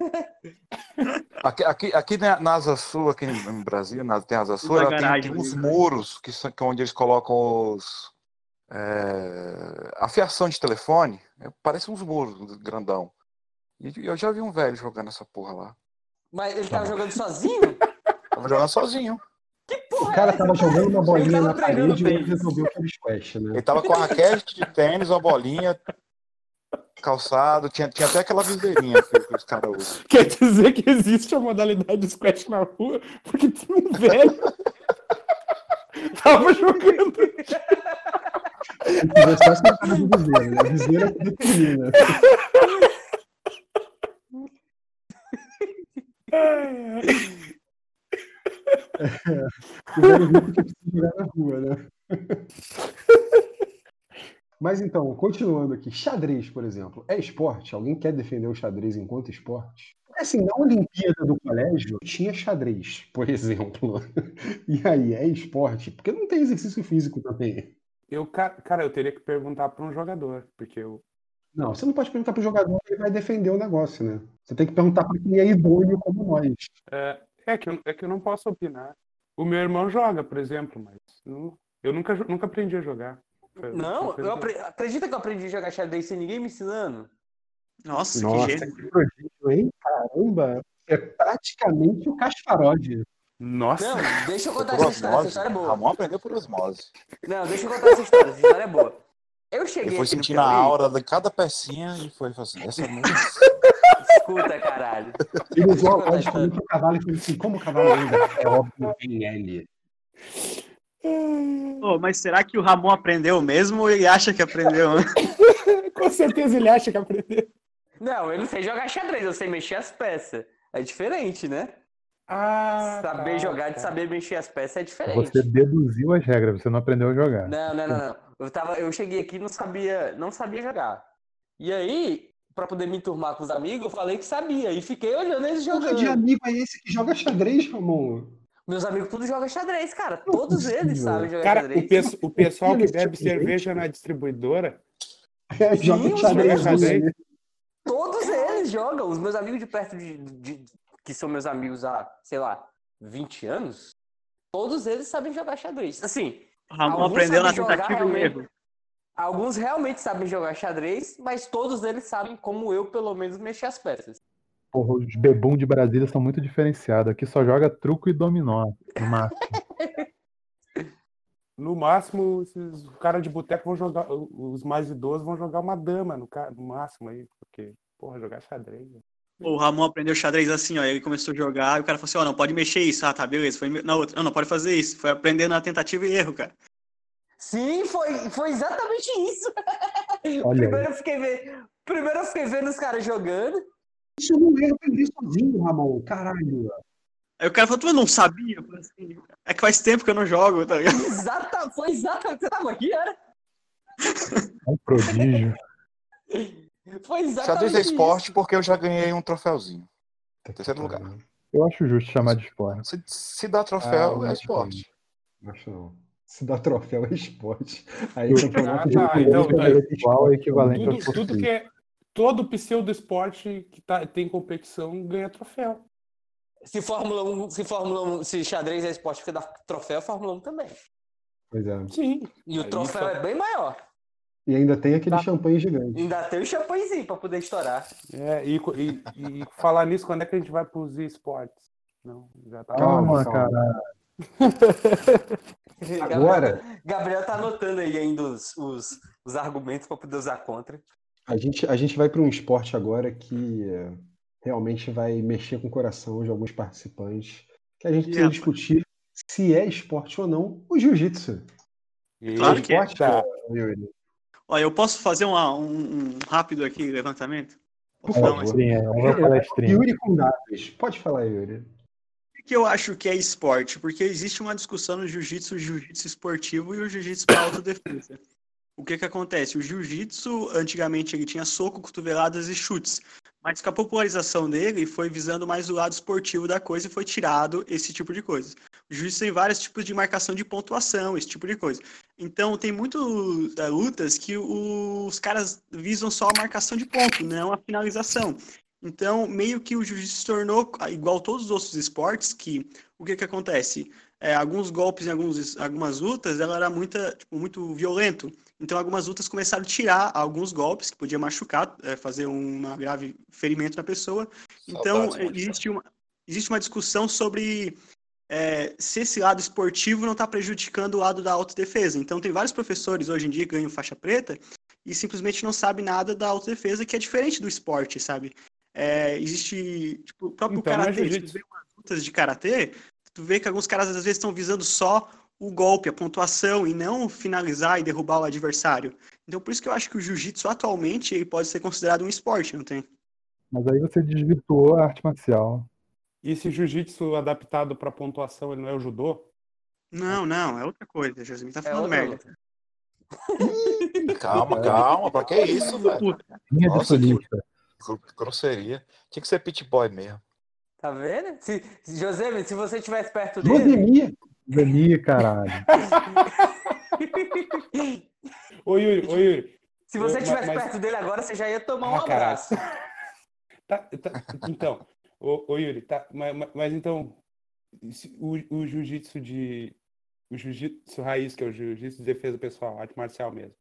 Aqui, aqui, aqui na, na Asa Sul, aqui no Brasil, na, tem a Asa Sul, Na ela tem- tem, garagem, uns né? muros que são que é onde eles colocam os. É, a fiação de telefone. É, parece uns muros grandão. E eu já vi um velho jogando essa porra lá. Mas ele tava jogando sozinho? Tava jogando sozinho. O cara tava jogando uma bolinha é Ele na tava treinando parede e ele tênis. resolveu que era squash, né? Ele tava com a raquete de tênis, uma bolinha, calçado, tinha, tinha até aquela viseirinha que, que os caras usam. Quer dizer que existe a modalidade squash na rua, porque tem um velho. [laughs] Tava jogando. Ele fez só essa cara de viseira, né? A viseira é pequenina. O velho viu que tinha que se jogar na rua, né? [laughs] Mas então, continuando aqui, xadrez, por exemplo, é esporte? Alguém quer defender o xadrez enquanto esporte? Assim, na Olimpíada do colégio tinha xadrez, por [laughs] exemplo. E aí, é esporte? Porque não tem exercício físico também. Eu, ca- cara, eu teria que perguntar pra um jogador, porque eu. Não, você não pode perguntar pro jogador que ele vai defender o negócio, né? Você tem que perguntar pra quem é idôneo como nós. É, é que eu, é que eu não posso opinar. O meu irmão joga, por exemplo, mas não- eu nunca, jo- nunca aprendi a jogar. Foi uma Não, coisa eu que apre... acredita que eu aprendi a jogar xadrez sem ninguém me ensinando? Nossa, Nossa, que gênio. que prodígio, hein? Caramba! É praticamente o Casparode. Nossa! Não, [laughs] deixa eu contar Por essa história, essa osmose. história é boa. Ramon aprendeu por osmose. Não, deixa eu contar essa história, essa história é boa. Eu cheguei Ele foi aqui no sentindo a Piauí- aura de cada pecinha e foi fazendo. Essa é muito. Escuta, caralho. Ele usou a lógica muito pro cavalo e falou assim: como o cavalo anda? É óbvio que tem L. Ô, mas será que o Ramon aprendeu mesmo ou ele acha que [laughs] aprendeu? Com certeza ele acha que é aprendeu. Não, eu não sei jogar xadrez, eu sei mexer as peças. É diferente, né? Ah, saber tá, jogar de tá. saber mexer as peças é diferente. Você deduziu as regras, você não aprendeu a jogar. Não, não, não, não. Eu, tava, eu cheguei aqui e não sabia, não sabia jogar. E aí, pra poder me enturmar com os amigos, eu falei que sabia. E fiquei olhando eles Porra de jogando. amigo é esse que joga xadrez, Ramon? Meus amigos tudo jogam xadrez, cara. Todos eles possível. sabem jogar Cara, xadrez. o, pesso- o pessoal que Eles bebe te aprendem. cerveja na distribuidora. É, Sim, joga os xadrez. jogadores. né? Todos eles jogam. Os meus amigos de perto de, de- que são meus amigos há, sei lá, 20 anos, todos eles sabem jogar xadrez. Assim, O Ramon Alguns aprendeu na sabem jogar né? tentativa e no realmente. erro. alguns realmente sabem jogar xadrez, mas todos eles sabem como eu, pelo menos, mexer as peças. Porra, os bebum de Brasília são muito diferenciados. Aqui só joga truco e dominó. no máximo. No máximo, esses, o cara de boteco vão jogar. o- Os mais idosos vão jogar uma dama no, ca- no máximo aí, porque, porra, jogar xadrez. né? O Ramon aprendeu xadrez assim, ó. Ele começou a jogar e o cara falou assim: ó, não pode mexer isso. Ah, tá, beleza. Foi na outra. Não, não pode fazer isso. Foi aprender na tentativa e erro, cara. Sim, foi, foi exatamente isso. Olha aí. Primeiro eu, fiquei vendo, primeiro eu fiquei vendo os caras jogando. Isso não é aprender sozinho, Ramon. Caralho. Aí o cara falou: tu não sabia? Eu falei assim, é que faz tempo que eu não jogo, tá ligado? Exata, foi exatamente. Você tava aqui, era? É um prodígio. Foi exatamente. Xadrez é esporte porque eu já ganhei um troféuzinho. Terceiro lugar. Eu acho justo chamar de esporte. Se, se dá troféu, Ah, é mas esporte. Acho não. Se dá troféu é esporte. Aí Ah, campeonato de tá, xadrez então, é então. Igual é equivalente ao um Tudo, esporte. tudo que é. Todo pseudo esporte que tá- tem competição ganha troféu. Se Fórmula 1, se Fórmula 1, se xadrez é esporte porque dá troféu, Fórmula 1 também. Pois é. Sim. E o Aí troféu só- é bem maior. E ainda tem aquele Tá. champanhe gigante. Ainda tem o champanhezinho pra poder estourar. É, e, co- e- e falar nisso, quando é que a gente vai pros esportes? Não, já tá. Calma, Calma, calma. cara. Agora, Gabriel tá anotando aí ainda os, os, os argumentos pra poder usar contra. a gente, a gente vai para um esporte agora que é, realmente vai mexer com o coração de alguns participantes. Que a gente precisa rapaz. discutir se é esporte ou não o jiu-jitsu. Claro que é. esporte, Tá. Yuri? Olha, eu posso fazer uma- um, um rápido aqui levantamento? Por Não, favor. mas- Palestrinha, vamos pra palestrinha. Yuri com dados. Pode falar, Yuri. Por que eu acho que é esporte? Porque existe uma discussão no jiu-jitsu, jiu-jitsu esportivo e o jiu-jitsu para autodefesa. O que que acontece? O jiu-jitsu, antigamente, ele tinha soco, cotoveladas e chutes. Mas com a popularização dele, foi visando mais o lado esportivo da coisa e foi tirado esse tipo de coisa. O jiu-jitsu tem vários tipos de marcação de pontuação, esse tipo de coisa. Então, tem muito é, lutas que o- os caras visam só a marcação de ponto, não a finalização. Então, meio que o jiu-jitsu se tornou ah, igual todos os outros esportes, que o que que acontece? É, alguns golpes em alguns, algumas lutas, ela era muita, tipo, muito violento. Então, algumas lutas começaram a tirar alguns golpes, que podia machucar, é, fazer um grave ferimento na pessoa, então, Saudades, Marcelo. existe uma, existe uma discussão sobre é, se esse lado esportivo não está prejudicando o lado da autodefesa. Então, tem vários professores hoje em dia que ganham faixa preta e simplesmente não sabem nada da autodefesa, que é diferente do esporte, sabe? É, existe, tipo, o próprio Então, não é karatê. se tu jiu-jitsu. vê umas lutas de karatê, tu vê que alguns caras às vezes estão visando só o golpe, a pontuação, e não finalizar e derrubar o adversário. Então, por isso que eu acho que o jiu-jitsu atualmente ele pode ser considerado um esporte, não tem? Mas aí você desvirtuou a arte marcial. E esse jiu-jitsu adaptado pra pontuação, ele não é o judô? Não, não, é outra coisa. Jasmin tá É falando outra merda. luta. Calma, calma. Pra que isso, velho? Linha de Nossa, que- solista. Gro- Grosseria. Tinha que ser pit boy mesmo. Tá vendo? Se, se- José, se você estivesse perto dele. Pandemia! Dani, caralho. [laughs] Ô Yuri, ô Yuri. se você Mas- estivesse mas- perto dele agora, você já ia tomar um Ah, caralho. abraço. Tá, tá- então, ô, ô Yuri, tá, mas, mas- mas então, se o, o jiu-jitsu de. O jiu-jitsu raiz, que é o jiu-jitsu de defesa pessoal, arte marcial mesmo.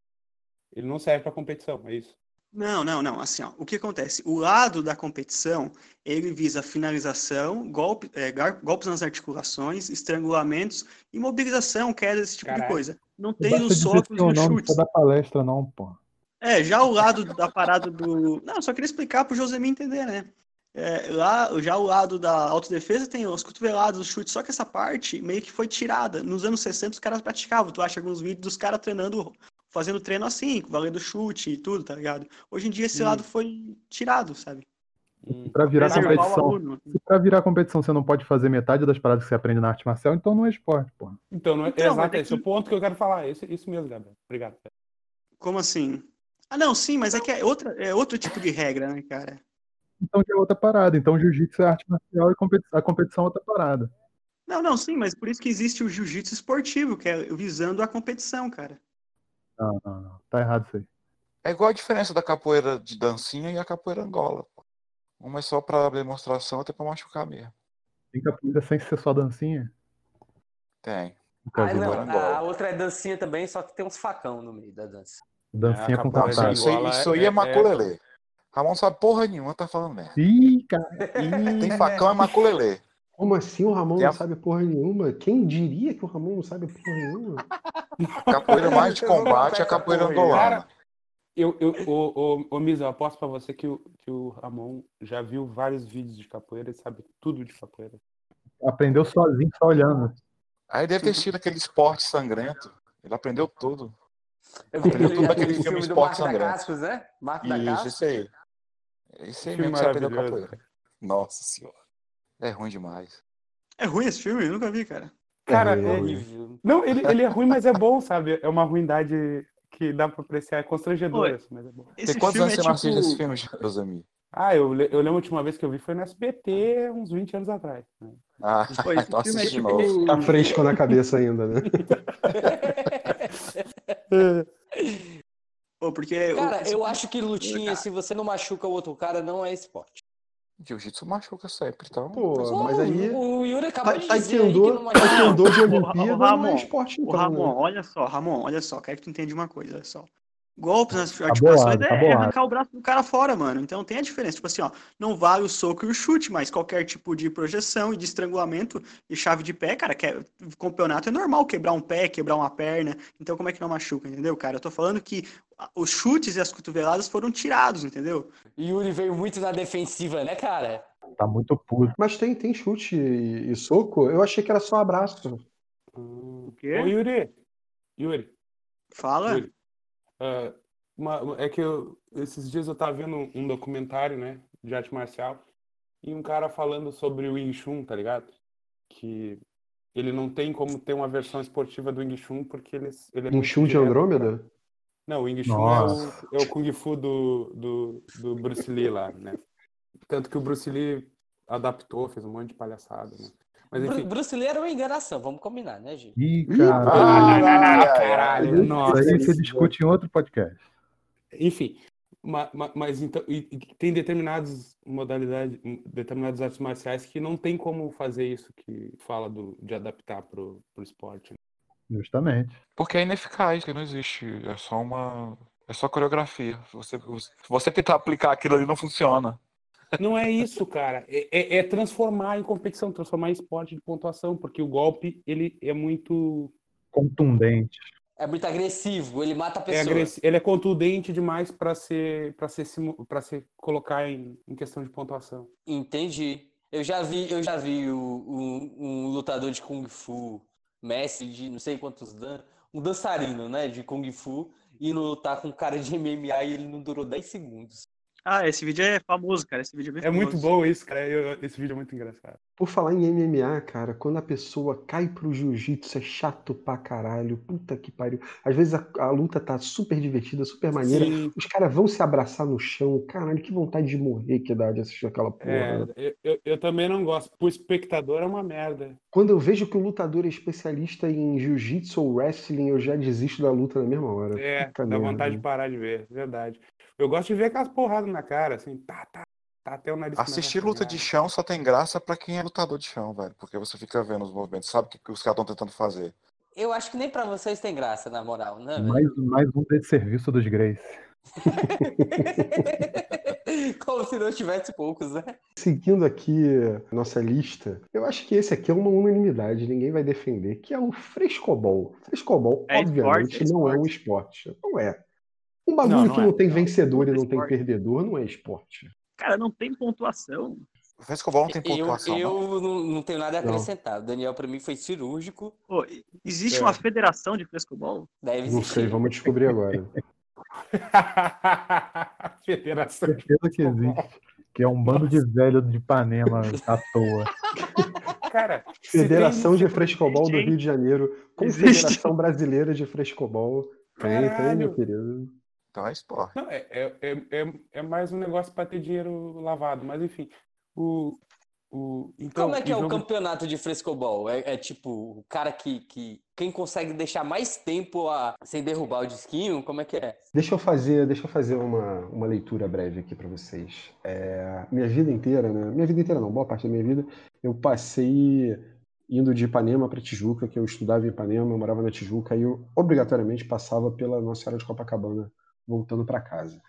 Ele não serve pra competição, é isso? Não, não, não. Assim, ó, o que acontece? O lado da competição, ele visa finalização, golpe, é, gar- golpes nas articulações, estrangulamentos, imobilização, queda, esse tipo de Caralho. coisa. Não Não tem basta os dizer socos que e eu os não chutes. precisa dar palestra, não, pô. É, já o lado da parada do. Não, só queria explicar pro Josemir entender, né? É, lá, já o lado da autodefesa tem os cotovelados, os chutes, só que essa parte meio que foi tirada. Nos anos 60 os caras praticavam, tu acha alguns vídeos dos caras treinando, fazendo treino assim, valendo chute e tudo, tá ligado? Hoje em dia esse Hum. lado foi tirado, sabe? Hum. Pra virar Reservar o competição. aluno. Se pra virar competição você não pode fazer metade das paradas que você aprende na arte marcial, então não é esporte, pô. Então, não é, Então, mas exato, é esse é o ponto que eu quero falar. Esse, isso mesmo, Gabriel. Obrigado. Como assim? Ah, não, sim, mas é que é, outra, é outro tipo de regra, né, cara? Então já é outra parada. Então jiu-jitsu é arte marcial e competi- a competição é outra parada. Não, não, sim, mas por isso que existe o jiu-jitsu esportivo, que é visando a competição, cara. Não, não, não. Tá errado isso aí. É igual a diferença da capoeira de dancinha e a capoeira angola. pô. Uma é só pra demonstração, outra é pra machucar mesmo. Tem capoeira sem ser só dancinha? Tem. Nunca Ah, vi, não. Agora mano. agora. A outra é dancinha também, só que tem uns facão no meio da dança. Dancinha É, a com capoeira Isso, contato. sim. isso aí- Angola isso aí é- é maculelê. Ramon sabe porra nenhuma, tá falando merda. Ih, cara. Tem facão é maculelê. Como assim o Ramon Tem a- não sabe porra nenhuma? Quem diria que o Ramon não sabe porra nenhuma? A capoeira mais de Eu vou combate é botar a capoeira essa porra aí. angolana. Eu, eu, ô, ô, ô Misa, eu aposto pra você que o, que o Ramon já viu vários vídeos de capoeira e sabe tudo de capoeira. Aprendeu sozinho, só olhando. Aí deve ter sido aquele esporte sangrento. Ele aprendeu tudo. Eu Aprendeu vi tudo aquele daquele filme do Esporte Marco da Sangrento. Cascos, né? Marco da Isso, Cascos. isso aí. Isso aí Filme mesmo que você aprendeu maravilhoso. capoeira. Nossa senhora. É ruim demais. É ruim esse filme? Eu nunca vi, cara. Cara, É, é- Horrível. não, ele, ele é ruim, mas é bom, sabe? É uma ruindade que dá pra apreciar. É constrangedor Oi. isso, mas é bom. Esse Tem quantos filme tipo anos você não assiste esse filme, Josemir? Ah, eu, le- eu lembro a última vez que eu vi foi no SBT, uns 20 anos atrás. né? Ah, [laughs] Pô, [laughs] esse então filme é assiste de tipo- novo. Tá fresco na cabeça ainda, né? Pô, porque Cara, o- eu acho que lutinha, se você não machuca o outro cara, não é esporte. Jiu-jitsu machuca sempre, então. Pô, mas aí. tá- O Yuri um, acabou de dizer aí que Taekwondo, não é machuca. taekwondo de Ô, Ra- Olimpíada ô, não Ramon, é esporte, o então. Ramon, né? olha só, Ramon, olha só, quero que tu entenda uma coisa, olha só. Golpes nas bolado, articulações tá é- é, bolado. arrancar o braço do cara fora, mano. Então tem a diferença. Tipo assim, ó, não vale o soco e o chute, mas qualquer tipo de projeção e de estrangulamento e chave de pé, cara, que é- campeonato é normal quebrar um pé, quebrar uma perna. Então como é que não machuca, entendeu, cara? Eu tô falando que ah, os chutes e as cotoveladas foram tirados, entendeu? Yuri veio muito na defensiva, né, cara? Tá muito puto. Mas tem, tem chute e, e soco? Eu achei que era só abraço. O quê? Hum. Ô, Yuri, Yuri, Fala. Yuri. ah, uma- uma- é que eu- esses dias eu tava vendo um- um documentário, né, de arte marcial, e um cara falando sobre o Wing Chun, tá ligado? Que ele não tem como ter uma versão esportiva do Wing Chun porque ele, ele é Um muito chum de direto. Andrômeda? Não, o Wing Chun é Nossa. o, é o Kung Fu do, do, do Bruce Lee lá, né? Tanto que o Bruce Lee adaptou, fez um monte de palhaçada, né? Mas Bru- enfim. Bruce Lee era uma enganação, vamos combinar, né, Gil? Ih, caralho. Ah, ai, ai, caralho, nossa. Isso aí você isso- discute em outro podcast. Enfim, ma- ma- mas então e- e tem determinadas modalidades, determinadas artes marciais que não tem como fazer isso que fala do, de adaptar pro, pro esporte. né? Justamente. Porque é ineficaz, que não existe. É só uma. É só coreografia. Você, você tentar aplicar aquilo ali não funciona. Não é isso, cara. É, é- é transformar em competição, transformar em esporte de pontuação, porque o golpe ele é muito, Contundente. É muito agressivo, ele mata a é pessoa. agressi- ele é contundente demais para ser para ser para se colocar em, em questão de pontuação. Entendi. Eu já vi, eu já vi o- o- um lutador de Kung Fu, mestre de não sei quantos dan, um dançarino, né, de Kung Fu, indo lutar com um cara de MMA e ele não durou 10 segundos. Ah, esse vídeo é famoso, cara. Esse vídeo é bem É muito famoso. bom isso, cara. Eu- esse vídeo é muito engraçado. Por falar em MMA, cara, quando a pessoa cai pro jiu-jitsu é chato pra caralho. Puta que pariu. Às vezes a, a luta tá super divertida, super maneira. Sim. Os caras vão se abraçar no chão. Caralho, que vontade de morrer que dá de assistir aquela porra. É, eu, eu- eu também não gosto. Pro espectador é uma merda. Quando eu vejo que o lutador é especialista em jiu-jitsu ou wrestling, eu já desisto da luta na mesma hora. É, Puta dá merda. vontade de parar de ver, verdade. Eu gosto de ver aquelas porradas na cara, assim, tá, tá, tá até o nariz. começa a Assistir luta de [laughs] sangrar. chão só tem graça pra quem é lutador de chão, velho. Porque você fica vendo os movimentos, sabe o que que os caras estão tentando fazer. Eu acho que nem pra vocês tem graça, na moral, né, velho? Mais, mais um de serviço dos Grace. [laughs] Como se não tivesse poucos, né? Seguindo aqui a nossa lista, eu acho que esse aqui é uma unanimidade, ninguém vai defender, que é o frescobol. Frescobol, É esporte, obviamente, é não é um esporte. Não é. Um bagulho Não, não que é, não tem não. vencedor Não é e não tem esporte. perdedor não é esporte. Cara, não tem pontuação. O Frescobol não tem Eu, pontuação, não. eu não, não tenho nada a Não. acrescentar. O Daniel, pra mim, foi cirúrgico. Pô, existe É. uma federação de frescobol? Deve Não sei, existir. vamos descobrir agora. Federação. Certeza que existe. Que é um bando de velho de Ipanema à toa. Cara, se tem- Federação de Frescobol do Existe, hein? Rio de Janeiro, Confederação Brasileira de Frescobol. Tem, tem, meu Caralho. querido. Então é esporte. Não, é, é, é, é- é mais um negócio pra ter dinheiro lavado, mas enfim. O, o, então, Como é que é o jogo- campeonato de frescobol? É, é tipo, o cara que, que. Quem consegue deixar mais tempo a- sem derrubar o disquinho? Como é que é? Deixa eu fazer, deixa eu fazer uma, uma leitura breve aqui para vocês. É, minha vida inteira, né? Minha vida inteira não, boa parte da minha vida, eu passei indo de Ipanema para Tijuca, que eu estudava em Ipanema, eu morava na Tijuca, e eu obrigatoriamente passava pela Nossa Senhora de Copacabana, voltando para casa.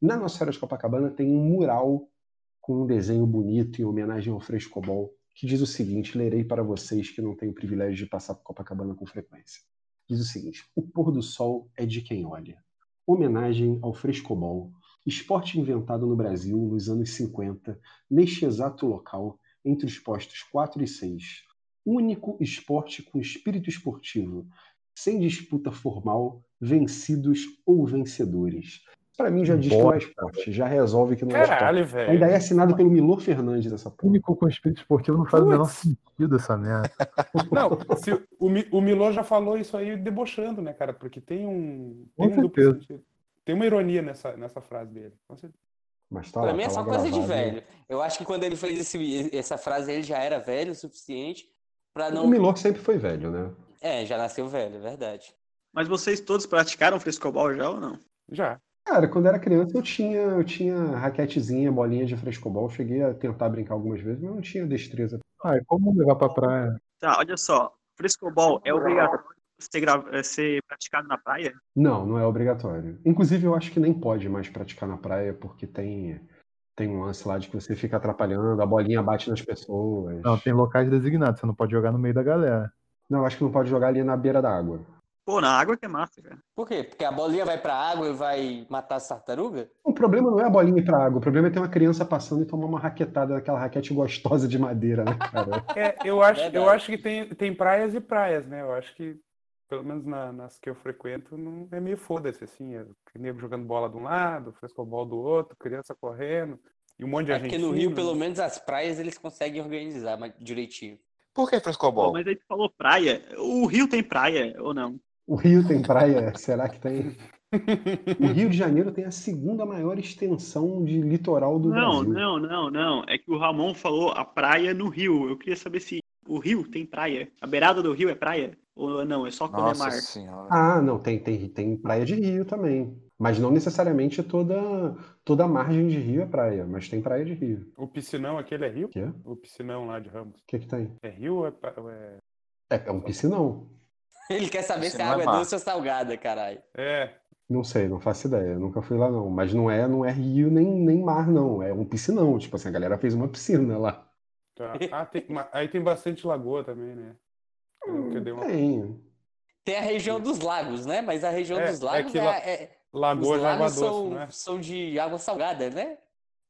Na Nossa Senhora de Copacabana tem um mural com um desenho bonito em homenagem ao frescobol, que diz o seguinte: lerei para vocês que não têm o privilégio de passar por Copacabana com frequência. Diz o seguinte: o pôr do sol é de quem olha. Homenagem ao frescobol, esporte inventado no Brasil nos anos 50, neste exato local, entre os postos 4 e 6. Único esporte com espírito esportivo, sem disputa formal, vencidos ou vencedores. Para mim já diz que não é Bosta, esporte, já resolve que não é esporte. Caralho, Ainda é velho. assinado pelo Milor Fernandes essa porra. Único com espírito esportivo não faz o menor sentido essa merda. é Não, se, o, Mi- o Milor já falou isso aí debochando, né, cara? Porque tem um. Com Tem, um duplo certeza. sentido. tem uma ironia nessa, nessa frase dele. Com certeza. Mas tá Pra lá, mim é tá só lá coisa de gravado. velho. Eu acho que quando ele fez esse- essa frase, ele já era velho o suficiente pra O não. Milor sempre foi velho, né? É, já nasceu velho, é verdade. Mas vocês todos praticaram frescobol já ou não? Já. Cara, quando era criança eu tinha, eu tinha raquetezinha, bolinha de frescobol, cheguei a tentar brincar algumas vezes, mas não tinha destreza. Ah, é como levar pra praia? Tá, olha só. Frescobol é obrigatório ser, gra- eh, ser praticado na praia? Não, não é obrigatório. Inclusive eu acho que nem pode mais praticar na praia porque tem tem um lance lá de que você fica atrapalhando, a bolinha bate nas pessoas. Não, tem um locais designados, você não pode jogar no meio da galera. Não, eu acho que não pode jogar ali na beira da água. Pô, na água que é massa, cara. Por quê? Porque a bolinha vai pra água e vai matar as tartarugas? O problema não é a bolinha ir pra água, o problema é ter uma criança passando e tomar uma raquetada daquela raquete gostosa de madeira, né, cara? É, [laughs] eu acho, eu Verdade. acho que tem, tem praias e praias, né? Eu acho que, pelo menos na- nas que eu frequento, não é meio foda-se, assim. É nego jogando bola de um lado, frescobol do outro, criança correndo, e um monte de É porque no Rio, argentino, pelo né? menos, as praias eles conseguem organizar mas direitinho. [laughs] Por que Pô, frescobol? mas aí tu falou praia. O Rio tem praia ou não? O Rio tem praia? Será que tem? O Rio de Janeiro tem a segunda maior extensão de litoral do Não, Brasil. não, não, não. É que o Ramon falou a praia no Rio. Eu queria saber se O rio tem praia? A beirada do rio é praia? Ou não, é só quando é Nossa mar? senhora. Ah, não, tem, tem, tem praia de rio também. Mas não necessariamente toda, toda margem de rio é praia, mas tem praia de rio. O piscinão aquele é rio? O quê? O piscinão lá de Ramos. O que que tem? É rio ou é. pa- ou é... É, é um piscinão. Ele quer saber Isso se a não é água é mar. doce ou salgada, caralho. é, Não sei, não faço ideia, nunca fui lá não. Mas não é, não é rio nem, nem mar, não. É um piscinão. Tipo assim, a galera fez uma piscina lá. tá. Ah, tem- ma- aí tem bastante lagoa também, né? Eu lembro que eu dei uma- Tem. Tem a região dos lagos, né? Mas a região É, dos é lagos que é, lá- é- Lagoa os de água lagos doce, são, não é? são de água salgada, né?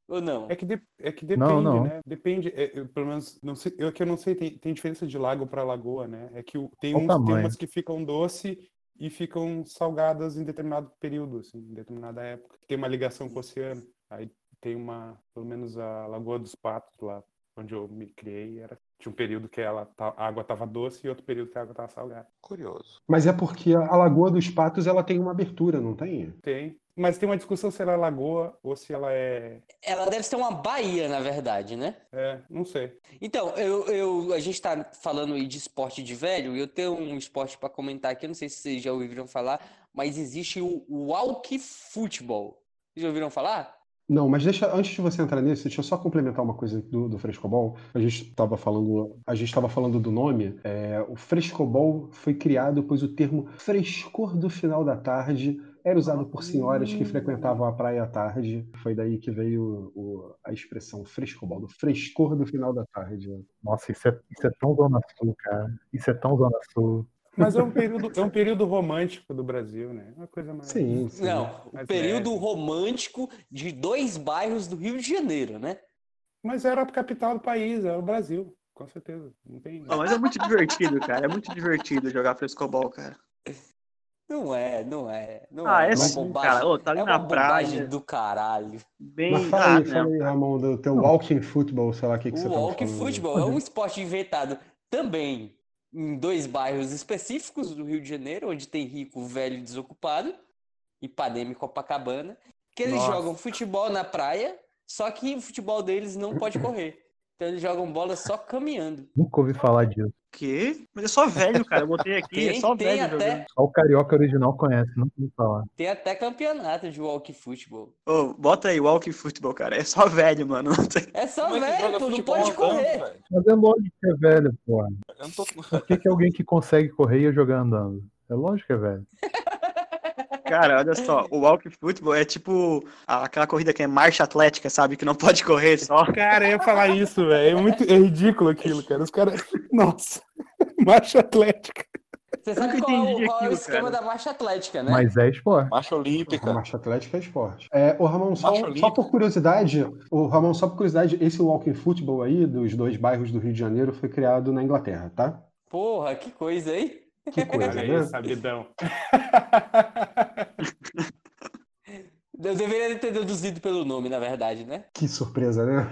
Ou não? É que, de- é que depende, Não, não. né? Depende, é, eu, pelo menos, não sei, eu que eu não sei, tem, tem diferença de lago para lagoa, né? É que o- tem, Qual o uns, tem tamanho? umas que ficam doce e ficam salgadas em determinado período, assim, em determinada época. Tem uma ligação com o oceano. Aí tem uma, pelo menos a Lagoa dos Patos lá, onde eu me criei, era, tinha um período que ela, ta- a água estava doce e outro período que a água estava salgada. Curioso. Mas é porque a a Lagoa dos Patos ela tem uma abertura, não tem? Tem, mas tem uma discussão se ela é lagoa ou se ela é, Ela deve ser uma baía, na verdade, né? é, não sei. Então, eu, eu, a gente tá falando aí de esporte de velho, e eu tenho um esporte para comentar aqui, eu não sei se vocês já ouviram falar, mas existe o walk futebol. Vocês já ouviram falar? Não, mas deixa, antes de você entrar nisso, deixa eu só complementar uma coisa do, do frescobol. A gente estava falando, a gente estava falando do nome. É, o frescobol foi criado pois o termo frescor do final da tarde era usado por senhoras que frequentavam a praia à tarde. Foi daí que veio o- a expressão frescobol, do frescor do final da tarde. Nossa, isso é, isso é tão Zona Sul, cara. Isso é tão Zona Sul. Mas é um período, é um período romântico do Brasil, né? Uma coisa mais. Sim, sim. Não, o Mas é. período leve. romântico de dois bairros do Rio de Janeiro, né? Mas era a capital do país, era o Brasil, com certeza. Não tem. Ó, mas é muito divertido, cara. É muito divertido jogar frescobol, cara. Não é, não é, não Ah, é, é uma sim, bobagem. cara. Ô, tá ali É uma na bobagem praia. do caralho. Bem. Mas fala ah, aí, fala não. aí, Ramon, do teu walking football, sei lá o que, que você tá O estava walk falando. futebol é um esporte inventado também em dois bairros específicos do Rio de Janeiro, onde tem rico, velho e desocupado, Ipanema e Copacabana, que eles Nossa. jogam futebol na praia, só que o futebol deles não pode correr. Então eles jogam bola só caminhando. Nunca ouvi falar disso. Quê? Mas é só velho, cara. Eu botei aqui, é Tem, só tem, velho jogando. até, Só o carioca original conhece, nunca ouvi falar. tem até campeonato de walk futebol. Ô, bota aí, walk futebol, cara. É só velho, mano. [laughs] Não tem- É só Como é que velho, joga pô, não futebol pode andando, correr. velho? Mas é lógico que é velho, porra. Eu não tô... Por que, que alguém que consegue correr ia jogar andando? É lógico que é velho. Cara, olha só, o walk futebol é tipo a- aquela corrida que é marcha atlética, sabe? Que não pode correr só. Cara, eu ia falar isso, velho. É muito é ridículo aquilo, cara. Os caras. Nossa! [laughs] Marcha Atlética. Você sabe Nunca qual, é o- entendi qual é o aquilo, cara. esquema da marcha atlética, né? Mas é esporte. Marcha A Olímpica. marcha atlética é esporte. É, o Ramon, só, Marcha só olímpica. por curiosidade, o Ramon, só por curiosidade, esse walking football aí dos dois bairros do Rio de Janeiro foi criado na Inglaterra, tá? Porra, que coisa, hein? Que é coisa, Olha aí, né? sabidão. Eu deveria ter deduzido pelo nome, na verdade, né? Que surpresa, né?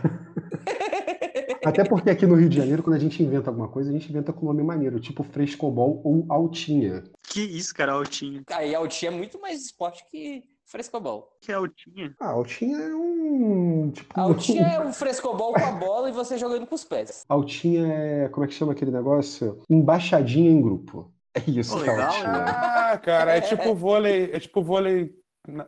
Até porque aqui no Rio de Janeiro, quando a gente inventa alguma coisa, a gente inventa com nome maneiro, tipo frescobol ou altinha. Que isso, cara, altinha. Aí Altinha é muito mais esporte que frescobol. Que altinha? Ah, altinha é um. Tipo, Altinha é um frescobol com a bola e você jogando com os pés. [laughs] altinha é. Como é que chama aquele negócio? Embaixadinha em grupo. É isso Pô, que é legal, altinha. Ah, cara, é [laughs] tipo vôlei. É tipo vôlei na-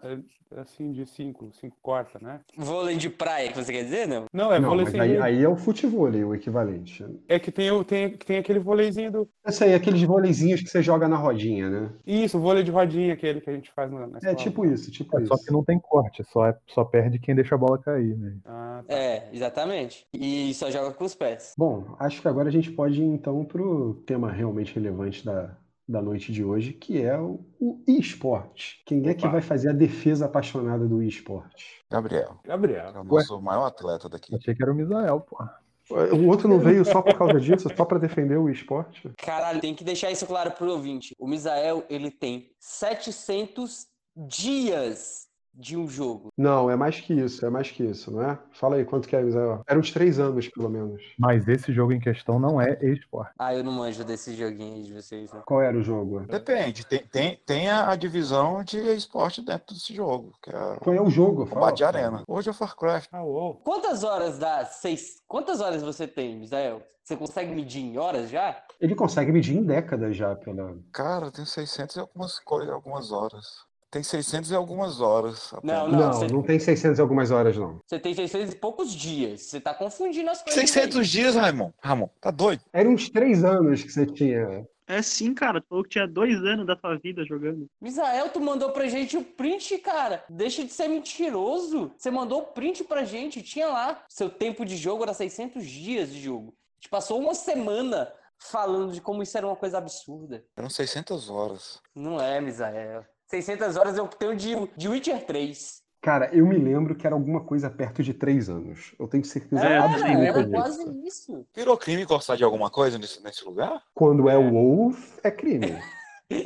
assim de cinco, cinco quarta, né? Vôlei de praia, que você quer dizer, não? Não, é Não, vôlei mas sem aí, rede. aí é o futevôlei, o equivalente. É que tem, o- tem, tem aquele vôleizinho do. Esse aí, aqueles vôleizinhos que você joga na rodinha, né? Isso, vôlei de rodinha, aquele que a gente faz na, na É escola. tipo isso, tipo É isso. só que não tem corte, só, é- só perde quem deixa a bola cair, né? Ah, tá. É, exatamente. E só joga com os pés. Bom, acho que agora a gente pode ir então pro tema realmente relevante da, da noite de hoje, que é o, o esporte. Quem é que Opa. vai fazer a defesa apaixonada do esporte? Gabriel, Gabriel. que é o nosso maior atleta daqui. Achei que era o Misael, pô. É, O outro não veio só por causa disso, só para defender o esporte? Caralho, tem que deixar isso claro pro ouvinte. O Misael, ele tem 700 dias de um jogo. Não, é mais que isso, é mais que isso, não é? Fala aí, quanto que é, Misael? Era uns três anos, pelo menos. Mas esse jogo em questão não é esporte. Ah, eu não manjo desse joguinho aí de vocês, né? Qual era o jogo? Depende, tem, tem, tem a a divisão de esporte dentro desse jogo, que é o Qual é o jogo? Fala. combate de arena. Hoje é o Farcraft. Ah, uou. Quantas horas dá seis? Quantas horas você tem, Misael? Você consegue medir em horas já? Ele consegue medir em décadas já, pela. Cara, tem 600 e algumas coisas, algumas horas. Tem 600 e algumas horas. Não, apenas. Não, você- não tem 600 e algumas horas, não. Você tem 600 e poucos dias. Você tá confundindo as coisas. aí. 600 dias, Ramon. Ramon, tá doido? Era uns três anos que você tinha. É sim, cara. Tu falou que tinha dois anos da tua vida jogando. Misael, tu mandou pra gente o print, cara. Deixa de ser mentiroso. Você mandou o print pra gente. Tinha lá. Seu tempo de jogo era 600 dias de jogo. A gente passou uma semana falando de como isso era uma coisa absurda. Eram 600 horas. Não é, Misael. 600 horas eu tenho de, de Witcher 3. Cara, eu me lembro que era alguma coisa perto de três anos. Eu tenho certeza É, Era, absoluta era disso. quase isso. Virou crime gostar de alguma coisa nesse, nesse lugar? Quando é WoW, é crime.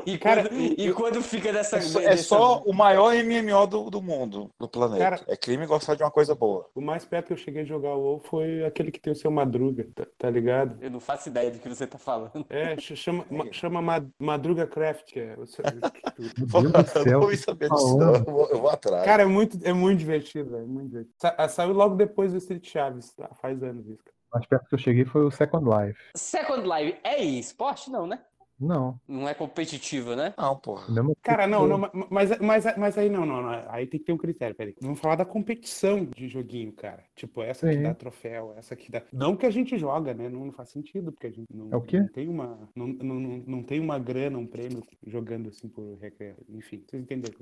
E, Cara, quando, e quando fica dessa... É só, é dessa- só o maior MMO do, do mundo, do planeta. É crime gostar de uma coisa boa. O mais perto que eu cheguei de jogar o WoW foi aquele que tem o seu Madruga, tá, tá ligado? Eu não faço ideia do que você tá falando. É, ch- chama, ma- chama Ma- Madruga Craft. que é o seu- Meu Deus do Eu não céu. vou saber disso, Aonde? não. Eu vou, eu vou atrás. Cara, é muito, é muito divertido, velho. Muito divertido. Sa- ah, saiu logo depois do Street Chaves, tá? faz anos isso. cara. Mais perto que eu cheguei foi o Second Life. Second Life é esporte? Não, né? Não. Não é competitivo, né? Não, porra. mesmo Cara, não, tipo- não, ma- mas, mas, mas aí não, não, não. Aí tem que ter um critério, peraí. Vamos falar da competição de joguinho, cara. Tipo, essa que Sim. dá troféu, essa que dá. Não que a gente joga, né? Não, não faz sentido, porque a gente não, É o quê? não tem uma. Não, não, não, não tem uma grana, um prêmio jogando assim por recreio. Enfim, vocês entenderam.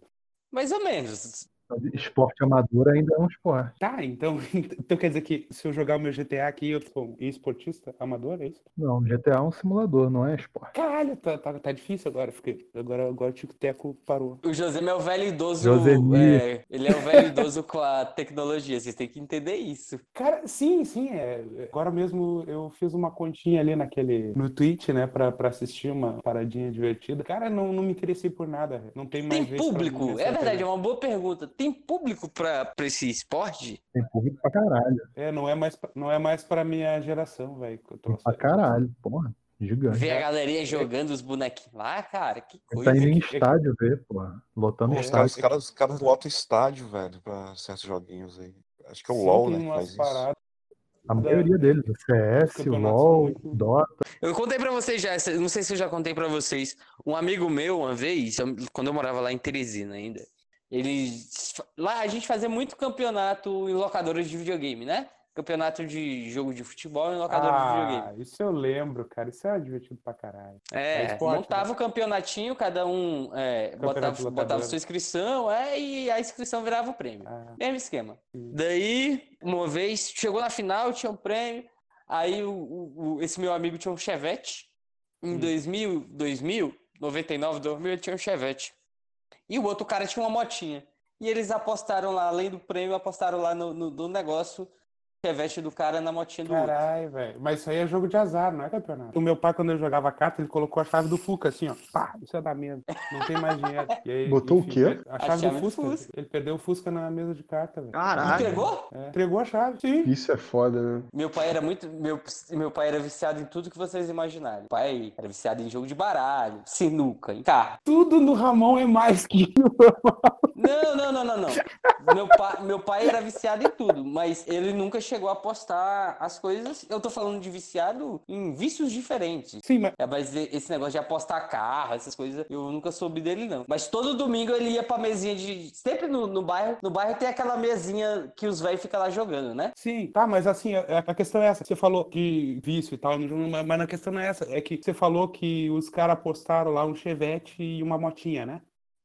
Mais ou menos. Esporte amador ainda é um esporte. Tá, então, [laughs] então quer dizer que se eu jogar o meu GTA aqui, eu sou um esportista amador, é isso? Não, GTA é um simulador, não é esporte. Caralho, tá, tá, tá difícil agora. Fiquei, agora, agora o Tico Teco parou. O Josema é o velho idoso. Josemir. é, ele é o velho idoso com a tecnologia. Vocês têm que entender isso. Cara, sim, sim, é. Agora mesmo eu fiz uma continha ali naquele, no Twitch, né, pra, pra assistir uma paradinha divertida. Cara, não, não me interessei por nada, velho. não tem mais Tem vez pra mim público. nessa É verdade, é internet. uma boa pergunta. Tem público pra, pra esse esporte? Tem público pra caralho. É, não é mais, pra- não é mais pra minha geração, velho, que eu trouxe. Pra caralho, porra. Gigante. Ver a galerinha jogando os bonequinhos lá, cara, que Ele coisa. tá indo em é que- estádio ver, porra. Lotando É. Os caras, estádio. os caras, os caras lotam estádio, velho, pra certos joguinhos aí. Acho que é o Sim, LoL, tem né, que umas faz isso. paradas. A maioria deles, o CS, o Campeonatos LoL, muito- o Dota. Eu contei pra vocês já, essa- não sei se eu já contei pra vocês. Um amigo meu, uma vez, eu- quando eu morava lá em Teresina ainda, ele. Lá a gente fazia muito campeonato em locadoras de videogame, né? Campeonato de jogo de futebol em locadoras de videogame. Ah, isso eu lembro, cara. Isso era divertido pra caralho. É, É esporte, montava o campeonatinho, cada um é, Campeonato botava, de botava locadora. sua inscrição, é, e a inscrição virava o prêmio. Ah, Mesmo esquema. Sim. Daí, uma vez, chegou na final, tinha um prêmio, aí o- o- o- esse meu amigo tinha um Chevette. Em Hum. 2000, 2000, 99, 2000, ele tinha um Chevette. E o outro cara tinha uma motinha. E eles apostaram lá, além do prêmio, apostaram lá no, no, no negócio, Chevette do cara na motinha do outro. Caralho, velho. Mas isso aí é jogo de azar, não é campeonato. O meu pai, quando eu jogava carta, ele colocou a chave do Fuca, assim, ó. Pá, isso é da mesa. Não tem mais dinheiro. E aí, Botou o quê? per- A chave do chave do Fusca. Ah. Fusca. Ele perdeu o Fusca na mesa de carta, velho. Caralho. Entregou? É. Entregou a chave, sim. Isso é foda, né? Meu pai era muito. Meu, meu pai era viciado em tudo que vocês imaginarem. Meu pai era viciado em jogo de baralho, sinuca, em carro. Tudo no Ramon é mais que. Não, não, não, não, não. Meu, pa, meu pai era viciado em tudo, mas ele nunca chegou a apostar as coisas. Eu tô falando de viciado em vícios diferentes. Sim, mas. É, mas e- esse negócio de apostar carro, essas coisas, eu nunca soube dele, não. Mas todo domingo ele ia pra mesinha de. Sempre no, no bairro. No bairro tem aquela mesinha que os velhos ficam lá jogando, né? Sim, tá, mas assim, a, a questão é essa. Você falou de vício e tal, no jogo, mas mas a questão não é essa. É que você falou que os caras apostaram lá um Chevette e uma motinha, né?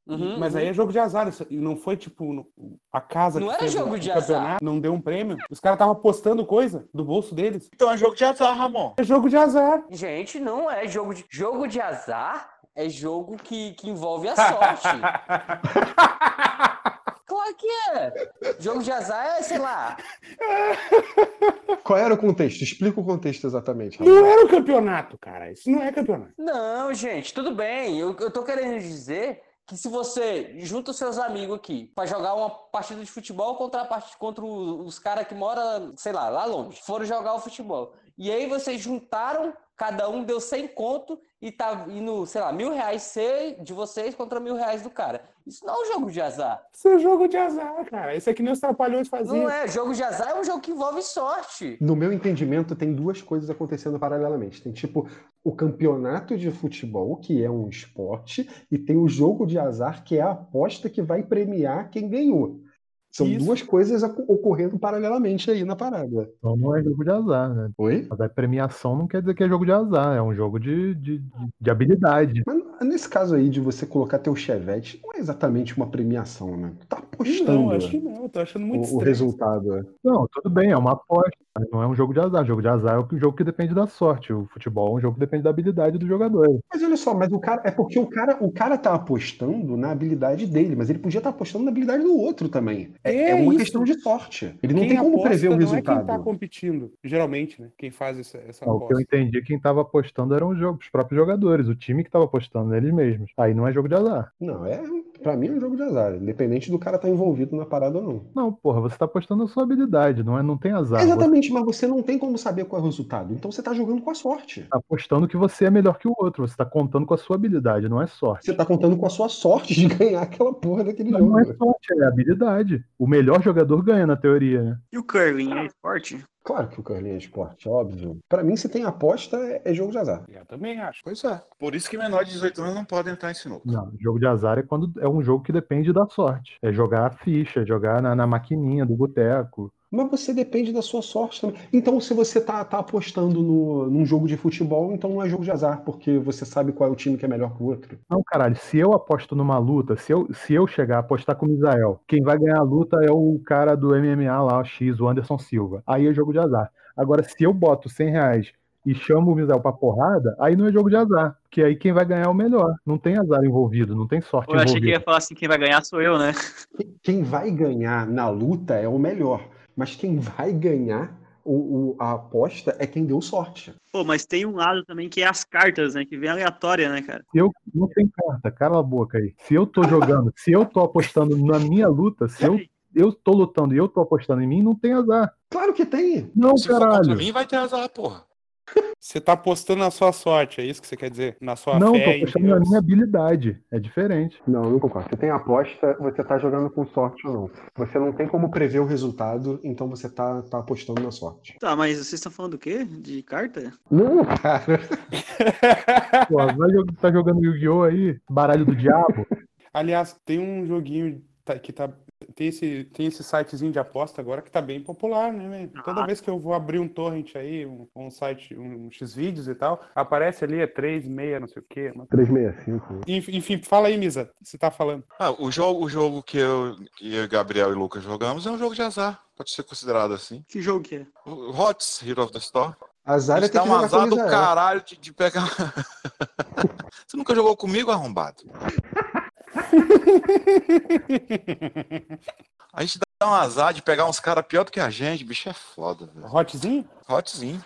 Uhum, Mas aí é jogo de azar, isso- e não foi tipo no- a casa Não que era fez o- jogo o de azar. campeonato, não deu um prêmio. Os caras estavam apostando coisa do bolso deles. Então é jogo de azar, Ramon. É jogo de azar. Gente, não é jogo de. Jogo de azar é jogo que, que envolve a sorte. claro que é. Jogo de azar é, sei lá. Qual era o contexto? Explica o contexto exatamente. não Rafael. era o campeonato, cara. Isso não é campeonato. Não, gente, tudo bem. Eu, eu tô querendo dizer que se você junta os seus amigos aqui pra jogar uma partida de futebol contra, a parte, contra o- os caras que moram, sei lá, lá longe, foram jogar o futebol. E aí vocês juntaram, cada um deu 100 conto e tá indo, sei lá, mil reais ser de vocês contra mil reais do cara. Isso não é um jogo de azar. Isso é jogo de azar, cara. Isso aqui nem os trapalhões faziam. Não é. Jogo de azar é um jogo que envolve sorte. No meu entendimento, tem duas coisas acontecendo paralelamente. Tem, tipo, o campeonato de futebol, que é um esporte, e tem o jogo de azar, que é a aposta que vai premiar quem ganhou. São Isso. duas coisas oc- ocorrendo paralelamente aí na parada. Então não é jogo de azar, né? Oi? Mas a premiação não quer dizer que é jogo de azar, é um jogo de, de, de habilidade. Mas nesse caso aí de você colocar teu chevette, não é exatamente uma premiação, né? Tu tá apostando Não, acho que não. Eu tô achando o, muito o estranho. resultado. é. Não, tudo bem, é uma aposta, mas não é um jogo de azar. Jogo de azar é um jogo que depende da sorte. O futebol é um jogo que depende da habilidade do jogador. Mas olha só, mas o cara. É porque o cara, o cara tá apostando na habilidade dele, mas ele podia estar apostando na habilidade do outro também. É, É é uma isso. questão de sorte. Ele não Quem tem como aposta prever o não resultado. Ah, é quem tá competindo, geralmente, né? Quem faz essa, essa Então, O que eu aposta. entendi, quem tava apostando eram os, jogos, os próprios jogadores, o time que tava apostando neles mesmos. Aí não é jogo de azar. Não, é. Pra mim é um jogo de azar, independente do cara estar envolvido na parada ou não. Não, porra, você tá apostando na sua habilidade, não, é, não tem azar. Você Exatamente, mas você não tem como saber qual é o resultado. Então você tá jogando com a sorte. tá apostando que você é melhor que o outro, você tá contando com a sua habilidade, não é sorte. Você tá contando com a sua sorte de [laughs] ganhar aquela porra daquele Não é jogo. sorte, é habilidade. O melhor jogador ganha, na teoria, né? E o curling é esporte? Claro que o curling é esporte, óbvio. Pra mim, se tem aposta, é- é jogo de azar. Eu também acho. Pois é. Por isso que menor de 18 anos não pode entrar em sinuca. Não, jogo de azar é quando é um jogo que depende da sorte. É jogar a ficha, jogar na, na maquininha do boteco. Mas você depende da sua sorte também. Então, se você tá, tá apostando no, num jogo de futebol, então não é jogo de azar, porque você sabe qual é o time que é melhor que o outro. Não, caralho, se eu aposto numa luta, se eu, se eu chegar a apostar com o Israel, quem vai ganhar a luta é o cara do MMA lá, o X, o Anderson Silva. Aí é jogo de azar. Agora, se eu boto 100 reais e chamo o Misael pra porrada, aí não é jogo de azar. Porque aí quem vai ganhar é o melhor. Não tem azar envolvido, não tem sorte Eu achei que envolvida. ia falar assim, quem vai ganhar sou eu, né? Quem vai ganhar na luta é o melhor, mas quem vai ganhar o, o- a aposta é quem deu sorte. Pô, mas tem um lado também que é as cartas, né? Que vem aleatória, né, cara? Se eu não tem carta, cala a boca aí. Se eu tô jogando, se eu tô apostando na minha luta, se eu, eu tô lutando e eu tô apostando em mim, não tem azar. Claro que tem! Não, é Se for contra caralho. mim, vai ter azar, porra. Você tá apostando na sua sorte, é isso que você quer dizer? Na sua Não, tô fé em apostando na Deus. minha habilidade. É diferente. Não, eu não concordo. Você tem aposta, você tá jogando com sorte ou não. Você não tem como prever o resultado, então você tá, tá apostando na sorte. Tá, mas vocês estão falando do quê? De carta? Não, cara. Pô, vai jog- tá jogando Yu-Gi-Oh! aí, baralho do diabo. Aliás, tem um joguinho tá- que tá. Tem esse, tem esse sitezinho de aposta agora que tá bem popular, né, velho? Ah. Toda vez que eu vou abrir um torrent aí, um, um site, um Xvideos e tal, aparece ali, é 3, 6, não sei o quê. mas- 365. Enf- Enfim, fala aí, Misa, você tá falando. [laughs] Ah, o jogo, o jogo que eu, que eu, Gabriel e Lucas jogamos é um jogo de azar. Pode ser considerado assim. Que jogo que é? O Hots, Hero of the Storm. Azar é Isso ter dá que um jogar com azar do Israel. caralho de, de pegar. um- [laughs] Você nunca jogou comigo, arrombado? A gente dá um azar de pegar uns caras pior do que a gente, bicho é foda, velho. Hotzinho? Hotzinho.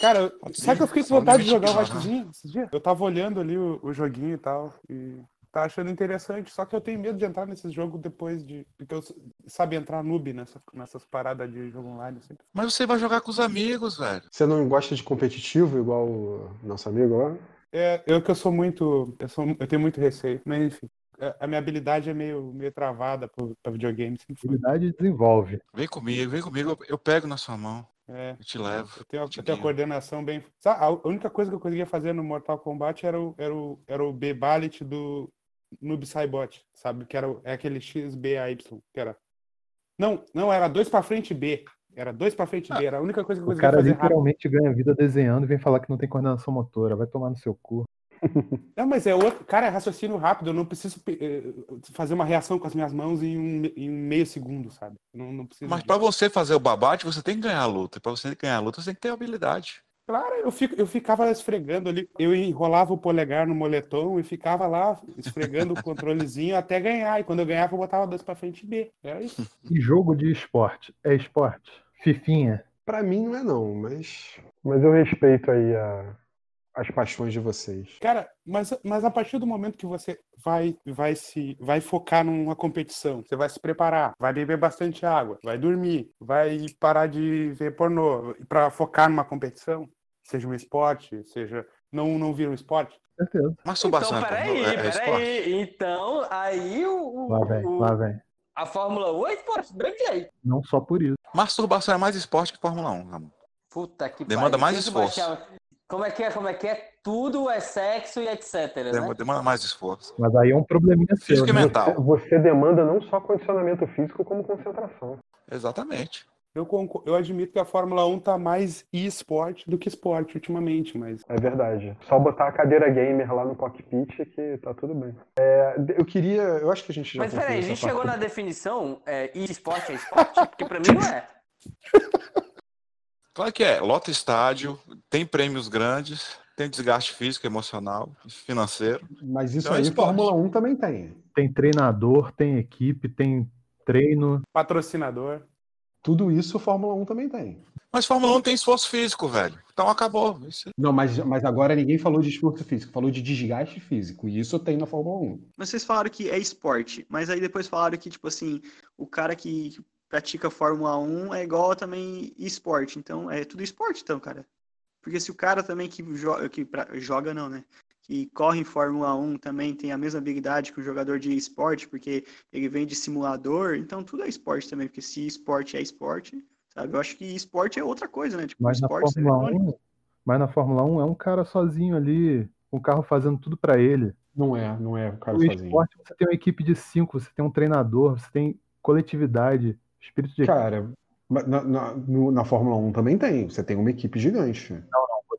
Cara, eu- sabe que eu fiquei com Só vontade de no jogar o Xvideos, né? Hotzinho esses dias? Eu tava olhando ali o, o joguinho e tal, e tá achando interessante, só que eu tenho medo de entrar nesse jogo depois de. Porque eu s- sabe entrar noob nessa, nessas paradas de jogo online, assim. Mas você vai jogar com os amigos, velho. Você não gosta de competitivo igual o nosso amigo lá? É, eu que eu sou muito. Eu, sou, eu tenho muito receio, mas enfim. a- A minha habilidade é meio, meio travada pro- pra videogame. sempre foi. Habilidade desenvolve. Vem comigo, vem comigo, eu, eu pego na sua mão, Uhum. É, eu te levo. eu tenho, a- eu Te tenho a guio. coordenação bem. Sabe, a única coisa que eu conseguia fazer no Mortal Kombat era o, era o, era o B-Ballet do Noob Saibot, sabe? Que era o- é aquele XBAY, que era. Não, não, era dois pra frente B. Era dois pra frente B, era a única coisa que eu Ah, O conseguia cara fazer rápido. literalmente ganha vida desenhando e vem falar que não tem coordenação motora. Vai tomar no seu cu. Não, mas é outro. Cara, é raciocínio rápido. Eu não preciso pe- eh, fazer uma reação com as minhas mãos em um, me- em um meio segundo, sabe? Eu Não, não preciso. Mas disso. pra você fazer o babate, você tem que ganhar a luta. Pra você ganhar a luta, você tem que ter habilidade. Claro, eu, fico, eu ficava esfregando ali. Eu enrolava o polegar no moletom e ficava lá esfregando o controlezinho até ganhar. E quando eu ganhava, eu botava dois pra frente e B. Era isso. E jogo de esporte? É esporte? Fifinha? Pra mim não é não, mas. Mas eu respeito aí a, as paixões de vocês. Cara, mas, mas a partir do momento que você vai, vai se vai focar numa competição, você vai se preparar, vai beber bastante água, vai dormir, vai parar de ver pornô para focar numa competição, seja um esporte, seja não não vira um esporte. certeza. Masturbação então, então, é, peraí, é esporte. peraí. Então, aí o, o- Lá vem, o- lá vem. a Fórmula 1 é esporte, do mesmo jeito. Não só por isso. Masturbação é mais esporte que Fórmula 1, Ramon. Puta que Demanda pariu, mais tudo vai esforço. ser- Como é que é? Como é que é? Tudo é sexo e etc. né? Dema- Demanda mais esforço. Mas aí é um probleminha seu, Físico e né? Tá. mental. Você demanda não só condicionamento físico, como concentração. Exatamente. Eu concor- eu admito que a Fórmula 1 tá mais e-esporte do que esporte ultimamente, mas É verdade. Só botar a cadeira gamer lá no cockpit que tá tudo bem. É, eu queria. Eu acho que a gente já. Mas peraí, a concluiu gente essa chegou parte. na definição é, e esporte é esporte? [laughs] Porque pra mim não é. Claro que é. Lota estádio, tem prêmios grandes, tem desgaste físico, emocional, financeiro. Mas isso Então é aí, esporte. Fórmula 1 também tem. Tem treinador, tem equipe, tem treino. patrocinador. Tudo isso Fórmula 1 também tem. Mas Fórmula 1 tem esforço físico, velho. Então acabou. Isso- Não, mas, mas agora ninguém falou de esforço físico, falou de desgaste físico. E isso tem na Fórmula 1. Mas vocês falaram que é esporte, mas aí depois falaram que, tipo assim, o cara que que pratica Fórmula 1 é igual a também esporte. Então, é tudo esporte, então, cara. Porque se o cara também que, jo que pra- joga, não, né? Que corre em Fórmula 1 também tem a mesma habilidade que o jogador de esporte, porque ele vem de simulador, então tudo é esporte também, porque se esporte é esporte, sabe? Eu acho que esporte é outra coisa, né? Tipo, Mas na esporte Fórmula eletrônico. 1, mas na Fórmula 1 é um cara sozinho ali, com o carro fazendo tudo pra ele. Não é, não é o cara No sozinho. esporte você tem uma equipe de cinco, você tem um treinador, você tem coletividade, espírito de equipe. Cara, mas na, na- no- na Fórmula 1 também tem. Você tem uma equipe gigante.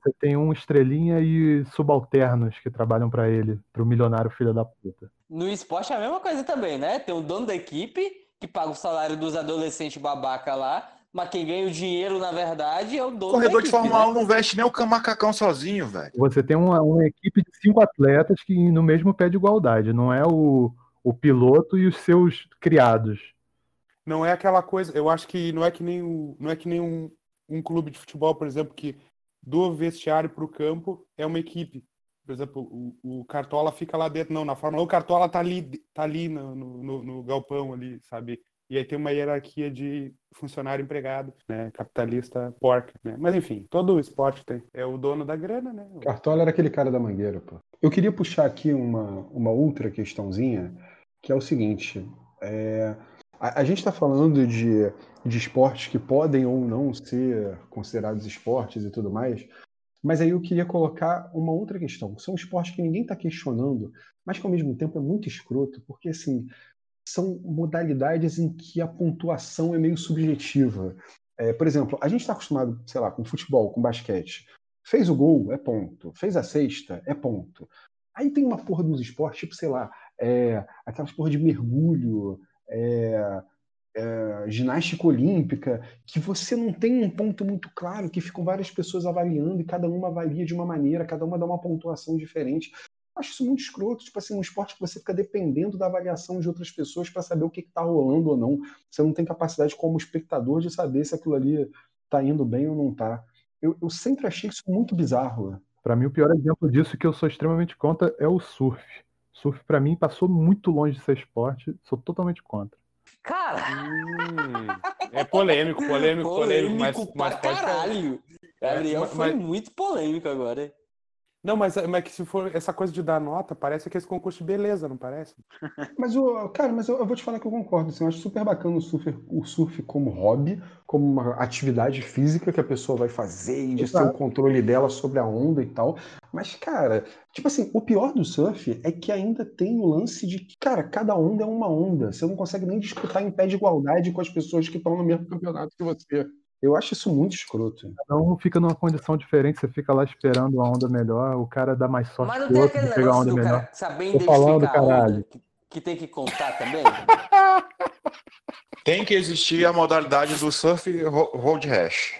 Você tem um estrelinha e subalternos que trabalham pra ele, pro milionário filho da puta. No esporte é a mesma coisa também, né? Tem o dono da equipe que paga o salário dos adolescentes babaca lá, mas quem ganha o dinheiro, na verdade, é o dono Corredor da de equipe, Fórmula né? 1 não veste nem o camacacão sozinho, velho. Você tem uma, uma equipe de cinco atletas que no mesmo pé de igualdade, não é o, o piloto e os seus criados. Não é aquela coisa, eu acho que não é que nem o, não é que nem um, um clube de futebol, por exemplo, que do vestiário para o campo é uma equipe. Por exemplo, o, o Cartola fica lá dentro. Não, na Fórmula 1 o Cartola tá ali, tá ali no, no, no- no galpão ali, sabe? E aí tem uma hierarquia de funcionário empregado, né? Capitalista porca, né? Mas enfim, todo esporte tem. É o dono da grana, né? [laughs] Cartola era aquele cara da mangueira, pô. Eu queria puxar aqui uma, uma outra questãozinha, que é o seguinte. é, a, a gente está falando de, de esportes que podem ou não ser considerados esportes e tudo mais, mas aí eu queria colocar uma outra questão. São esportes que ninguém está questionando, mas que ao mesmo tempo é muito escroto, porque assim, são modalidades em que a pontuação é meio subjetiva. É, por exemplo, a gente está acostumado, sei lá, com futebol, com basquete. Fez o gol, é ponto. Fez a sexta, é ponto. Aí tem uma porra dos esportes, tipo, sei lá, é, aquelas porra de mergulho, é, é, ginástica olímpica, que você não tem um ponto muito claro, que ficam várias pessoas avaliando e cada uma avalia de uma maneira, cada uma dá uma pontuação diferente. Acho isso muito escroto, tipo assim, um esporte que você fica dependendo da avaliação de outras pessoas para saber o que, que tá rolando ou não. Você não tem capacidade como espectador de saber se aquilo ali tá indo bem ou não tá. Eu, eu sempre achei isso muito bizarro. Pra mim, o pior exemplo disso que eu sou extremamente contra é o surf. Surf, pra mim, passou muito longe de ser esporte, sou totalmente contra. Cara, é polêmico, polêmico, polêmico, mas, polêmico pra mas pode É, caralho. Gabriel mas- foi mas- muito polêmico agora. Não, mas, mas que se for essa coisa de dar nota, parece que esse concurso de beleza, não parece? Mas, o, cara, mas eu, eu vou te falar que eu concordo. Assim, eu acho super bacana o surf, o surf como hobby, como uma atividade física que a pessoa vai fazer e de ter o controle dela sobre a onda e tal. Mas, cara, tipo assim, o pior do surf é que ainda tem o lance de que, cara, cada onda é uma onda. Você não consegue nem disputar em pé de igualdade com as pessoas que estão no mesmo campeonato que você. Eu acho isso muito escroto. Cada um fica numa condição diferente, você fica lá esperando a onda melhor, o cara dá mais sorte Mas não que o tem outro aquele de pegar a negócio onda do melhor. cara saber Tô falando, identificar a onda caralho. que, que tem que contar também? Tem que existir a modalidade do surf ro- road rash.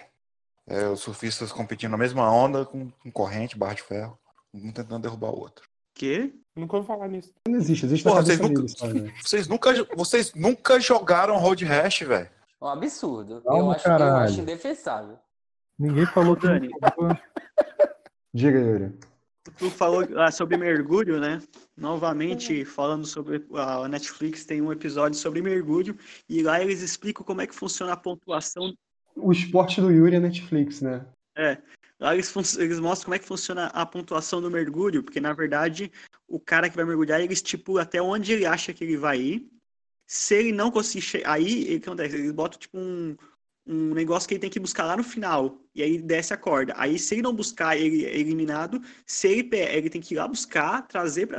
É, os surfistas competindo na mesma onda, com, com corrente, barra de ferro, um tentando derrubar o outro. Quê? Nunca ouvi falar nisso. Não existe, existe Porra, na cabeça né? vocês nunca- dele, sabe? Vocês nunca, vocês nunca jogaram road rash, velho. É um absurdo. eu, Calma, acho, eu acho caralho. indefensável. Ninguém falou que um Dani. não jogou. Diga, Yuri. Tu falou ah, sobre mergulho, né? Novamente, falando sobre a Netflix, tem um episódio sobre mergulho e lá eles explicam como é que funciona a pontuação. O esporte do Yuri é Netflix, né? É, lá eles, fun- eles mostram como é que funciona a pontuação do mergulho, porque na verdade o cara que vai mergulhar ele estipula até onde ele acha que ele vai ir. Se ele não conseguir, che- aí ele- o que acontece? Eles botam tipo um, um negócio que ele tem que buscar lá no final. E aí desce a corda. Aí, se ele não buscar, ele é eliminado. Se ele, pe- ele tem que ir lá buscar, trazer para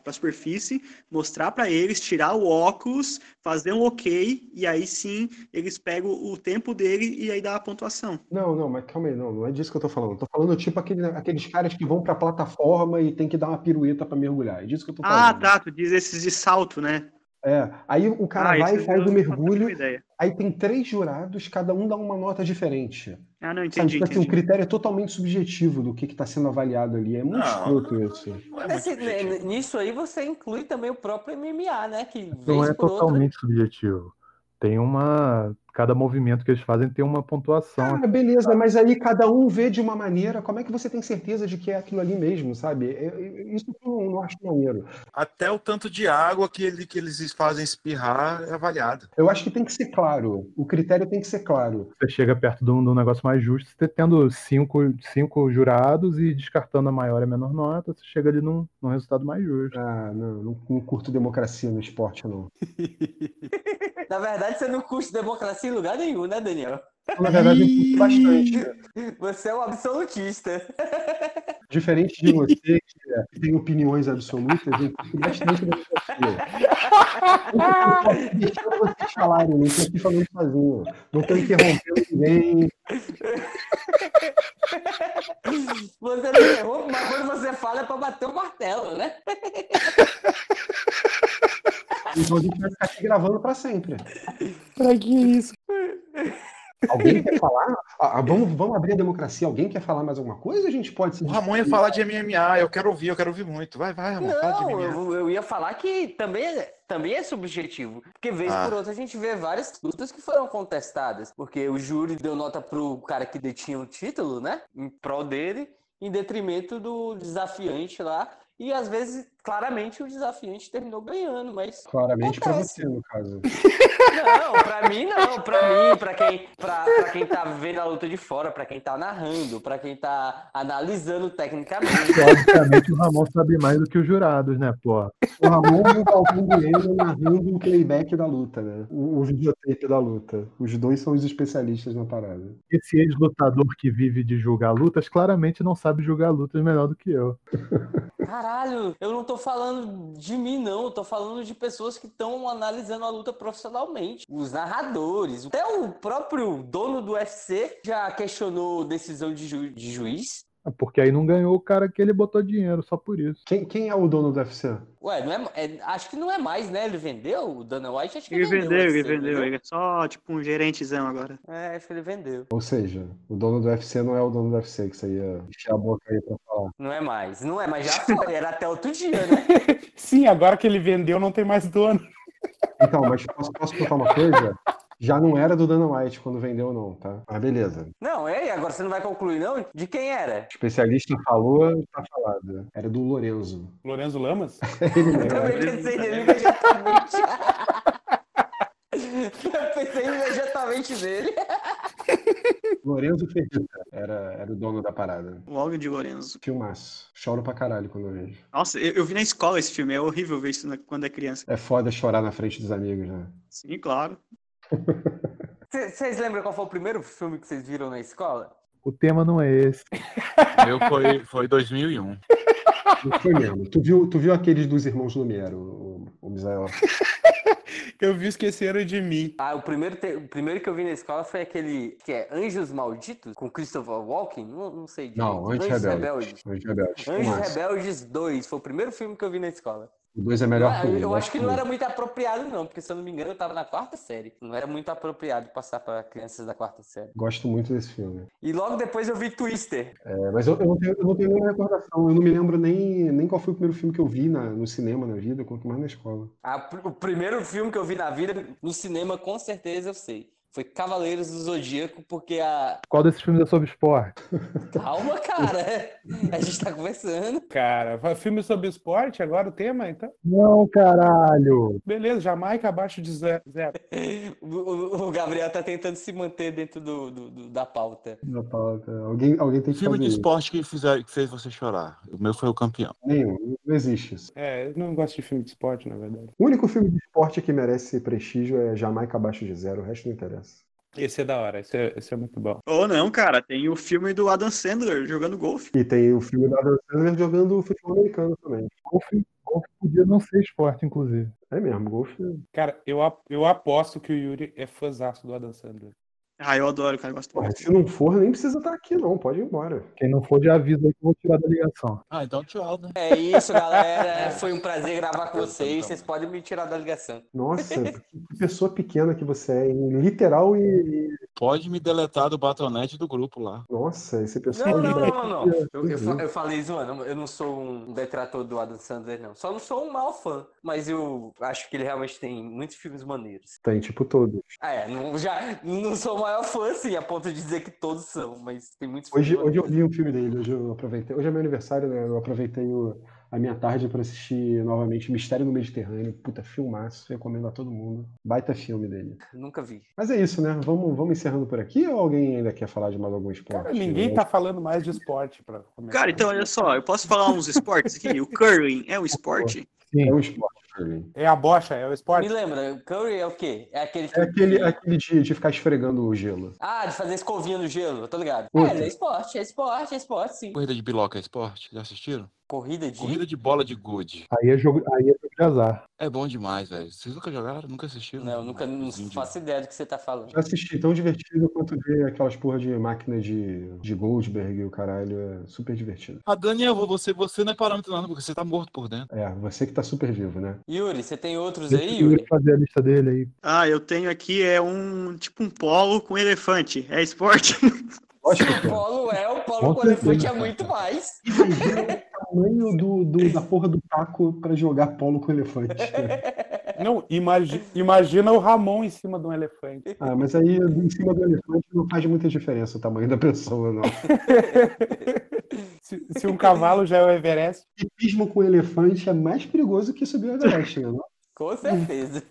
a superfície, mostrar para eles, tirar o óculos, fazer um ok. E aí sim, eles pegam o tempo dele e aí dá a pontuação. Não, não, mas calma aí, não, não é disso que eu tô falando. Eu tô falando tipo aquele- aqueles caras que vão pra plataforma e tem que dar uma pirueta pra mergulhar. É disso que eu tô Ah, falando. tá. Tu diz esses de salto, né? É. Aí o cara ah, vai e esses faz eu o não faço a mergulho, mínima Ideia. aí tem três jurados, cada um dá uma nota diferente. Ah, não, Sabe, entendi, tipo assim, o entendi. critério é totalmente subjetivo do que, que tá sendo avaliado ali. É muito Não. escroto isso. Não é muito Nesse- né, objetivo. nisso aí você inclui também o próprio MMA, né? Que vez Não é por outra. totalmente subjetivo. Tem uma. Cada movimento que eles fazem tem uma Ah. pontuação. Cara, beleza, mas aí cada um vê de uma maneira. Como é que você tem certeza de que é aquilo ali mesmo, sabe? É- é- Isso que eu não acho maneiro. Até o tanto de água que, ele, que eles fazem espirrar é avaliado. Eu acho que tem que ser claro. O critério tem que ser claro. Você chega perto de um, de um negócio mais justo, você tendo cinco, cinco jurados e descartando a maior e a menor nota, você chega ali num, num resultado mais justo. Ah, não, não, não curto democracia no esporte, não. Na verdade, você não curte democracia em lugar nenhum, né, Daniel? Na verdade, eu curto bastante. Você é um absolutista. Diferente de você, que é, tem opiniões absolutas, eu curto bastante democracia. Eu tô aqui deixando vocês falarem, não estou aqui falando sozinho. Não estou interrompendo ninguém. Você não interrompe, mas quando você fala é pra bater o martelo, né? Então a gente vai ficar aqui gravando para sempre. Pra que isso? Alguém quer falar? Ah, ah, vamos, vamos abrir a democracia. Alguém quer falar mais alguma coisa? A gente pode se O Ramon ia falar de MMA, eu quero ouvir, eu quero ouvir muito. Vai, vai, Ramon, fala de Não, MMA. eu, eu ia falar que também, é- também é subjetivo. Porque vez Ah. por outra a gente vê várias lutas que foram contestadas. Porque o júri deu nota pro cara que detinha o título, né? Em prol dele, em detrimento do desafiante lá. E às vezes, claramente, o desafiante terminou ganhando, mas Claramente para Acontece. você, no caso. Não, pra mim não, pra mim, pra quem, pra, pra quem tá vendo a luta de fora, pra quem tá narrando, pra quem tá analisando Porque, tecnicamente. obviamente, o Ramon sabe mais do que os jurados, né, pô? O Ramon e o Galvão Bueno narrando o playback da luta, né? O, o videotape da luta. Os dois são os especialistas na parada. Esse ex-lutador que vive de julgar lutas, claramente não sabe julgar lutas melhor do que eu. Caralho, eu não tô falando de mim, não, eu tô falando de pessoas que estão analisando a luta profissionalmente. Os narradores, até o próprio dono do UFC já questionou decisão de, ju- de juiz. Ah, Porque aí não ganhou o cara que ele botou dinheiro, só por isso. Quem, quem é o dono do UFC? Ué, não é, é- acho que não é mais, né? Ele vendeu? O Dana White acho que Ele vendeu, o ele UFC, vendeu. Ele é só tipo um gerentezão agora. É, acho que ele vendeu. Ou seja, o dono do UFC não é o dono do UFC, que você ia encher a boca aí pra falar. Não é mais, não é mais, já foi, era até outro dia, né? Sim, agora que ele vendeu, não tem mais dono. Então, mas posso, posso contar uma coisa? Já não era do Dana White quando vendeu, não, tá? Ah, beleza. Não, é, e agora você não vai concluir, não? De quem era? O especialista falou, tá falado. Era do Lorenzo. Lorenzo Lamas? É, Eu [laughs] também pensei nele imediatamente. [laughs] Eu pensei imediatamente nele. Lorenzo Ferrita era, era o dono da parada. Logo de Lorenzo. Filmaço. Choro pra caralho quando eu vejo. Nossa, eu, eu vi na escola esse filme. É horrível ver isso na- quando é criança. É foda chorar na frente dos amigos, né? Sim, claro. Vocês lembram qual foi o primeiro filme que vocês viram na escola? O tema não é esse. O meu foi, foi 2001. Não foi mesmo. Tu viu, tu viu aqueles dos irmãos Lumière, o, o, o Misael? [laughs] Eu vi Esqueceram de Mim. Ah, o primeiro, te- o primeiro que eu vi na escola foi aquele que é Anjos Malditos, com Christopher Walken? Não, não sei. Não, direito. Anjos Rebeldes. Anjos Rebeldes. Anjos Filmaço. Rebeldes 2 foi o primeiro filme que eu vi na escola. O dois é Não melhor é- que o um, eu acho que não muito. era muito apropriado, não, porque se eu não me engano, eu tava na quarta série. Não era muito apropriado passar pra crianças da quarta série. Gosto muito desse filme. E logo depois eu vi Twister. É, mas eu, eu não tenho, eu não tenho nenhuma recordação. Eu não me lembro nem, nem qual foi o primeiro filme que eu vi na- no cinema na vida, quanto mais na escola. A pr- o primeiro filme que eu vi na vida, no cinema, com certeza eu sei. Foi Cavaleiros do Zodíaco, porque a. Qual desses filmes é sobre esporte? Calma, cara! A gente tá conversando. Cara, fa- filme sobre esporte, agora o tema, então. Não, caralho! Beleza, Jamaica abaixo de ze- zero. O, o- o Gabriel tá tentando se manter dentro do, do- do- da pauta. Na pauta. Alguém, alguém tem que Filme de fazer. isso. esporte que, fizer- que fez você chorar. O meu foi o campeão. Nenhum, não existe isso. É, eu não gosto de filme de esporte, na verdade. O único filme de esporte que merece prestígio é Jamaica abaixo de zero, o resto não interessa. Esse é da hora, esse é, esse é muito bom. Ou não, cara, tem o filme do Adam Sandler jogando golfe. E tem o filme da Adam Sandler jogando futebol americano também. Golfe, golfe podia não ser esporte, inclusive. É mesmo, golfe. Cara, eu, ap- eu aposto que o Yuri é fãzaço do Adam Sandler. Ah, eu adoro, cara, eu gosto Porra, é muito. se não for, nem precisa estar aqui, não. Pode ir embora. Quem não for, já avisa aí que eu vou tirar da ligação. Ah, então tchau, né? É isso, galera. Foi um prazer gravar com vocês. Vocês podem me tirar da ligação. [laughs] Nossa, que pessoa pequena que você é, em literal e. e- Pode me deletar do batonete do grupo lá. Nossa, esse pessoal. Não, não, de- não, não. não. Uhum. Eu, eu fa- eu falei zoando, eu não sou um detrator do Adam Sandler, não. Só não sou um mau fã, mas eu acho que ele realmente tem muitos filmes maneiros. Tem, tipo, todos. Ah, é, não, já não sou o maior fã, assim, a ponto de dizer que todos são, mas tem muitos Hoje, filmes hoje eu maneiros. vi um filme dele, hoje eu aproveitei. Hoje é meu aniversário, né? Eu aproveitei o- a minha tarde para assistir novamente Mistério no Mediterrâneo. Puta, filmaço, recomendo a todo mundo. Baita filme dele. Nunca vi. Mas é isso, né? Vamos, vamos encerrando por aqui ou alguém ainda quer falar de mais algum esporte? É Cara, ninguém tá falando mais de esporte pra começar. Cara, então olha só, eu posso falar uns esportes aqui? O curling é um esporte? É um esporte pra mim. É a bocha, é o Me esporte. lembra, Curry é o quê? É aquele que... É aquele, aquele de, de ficar esfregando o gelo. Ah, de fazer escovinha no gelo, eu tô ligado. Puta. É, é esporte, é esporte, é esporte, sim. Corrida de biloca é esporte? Já assistiram? Corrida de... Corrida de bola de gude. Aí é jogo, aí é jogo de azar. É bom demais, velho. Vocês nunca jogaram? Nunca assistiram? Não, né? nunca não Coisinha de- faço ideia do que você tá falando. Já assisti, tão divertido quanto ver aquelas porra de máquina de, de Goldberg e o caralho. É super divertido. Ah, Daniel, você, você não é parâmetro não, porque você tá morto por dentro. É, você que tá super vivo, né? Yuri, você tem outros Deixa aí, o Yuri? Yuri fazer a lista dele aí. Ah, eu tenho aqui é um tipo um polo com elefante. É esporte? Lógico que é. Polo é, o Polo Com com elefante certeza, é muito mais. Imagina o tamanho do, do- da porra do taco pra jogar polo com elefante. né? Não, imagi- imagina o Ramon em cima de um elefante. Ah, mas aí em cima do elefante não faz muita diferença o tamanho da pessoa, não. Se, se um cavalo já é o Everest, Hipismo com elefante é mais perigoso que subir o Everest, né? não? Com certeza.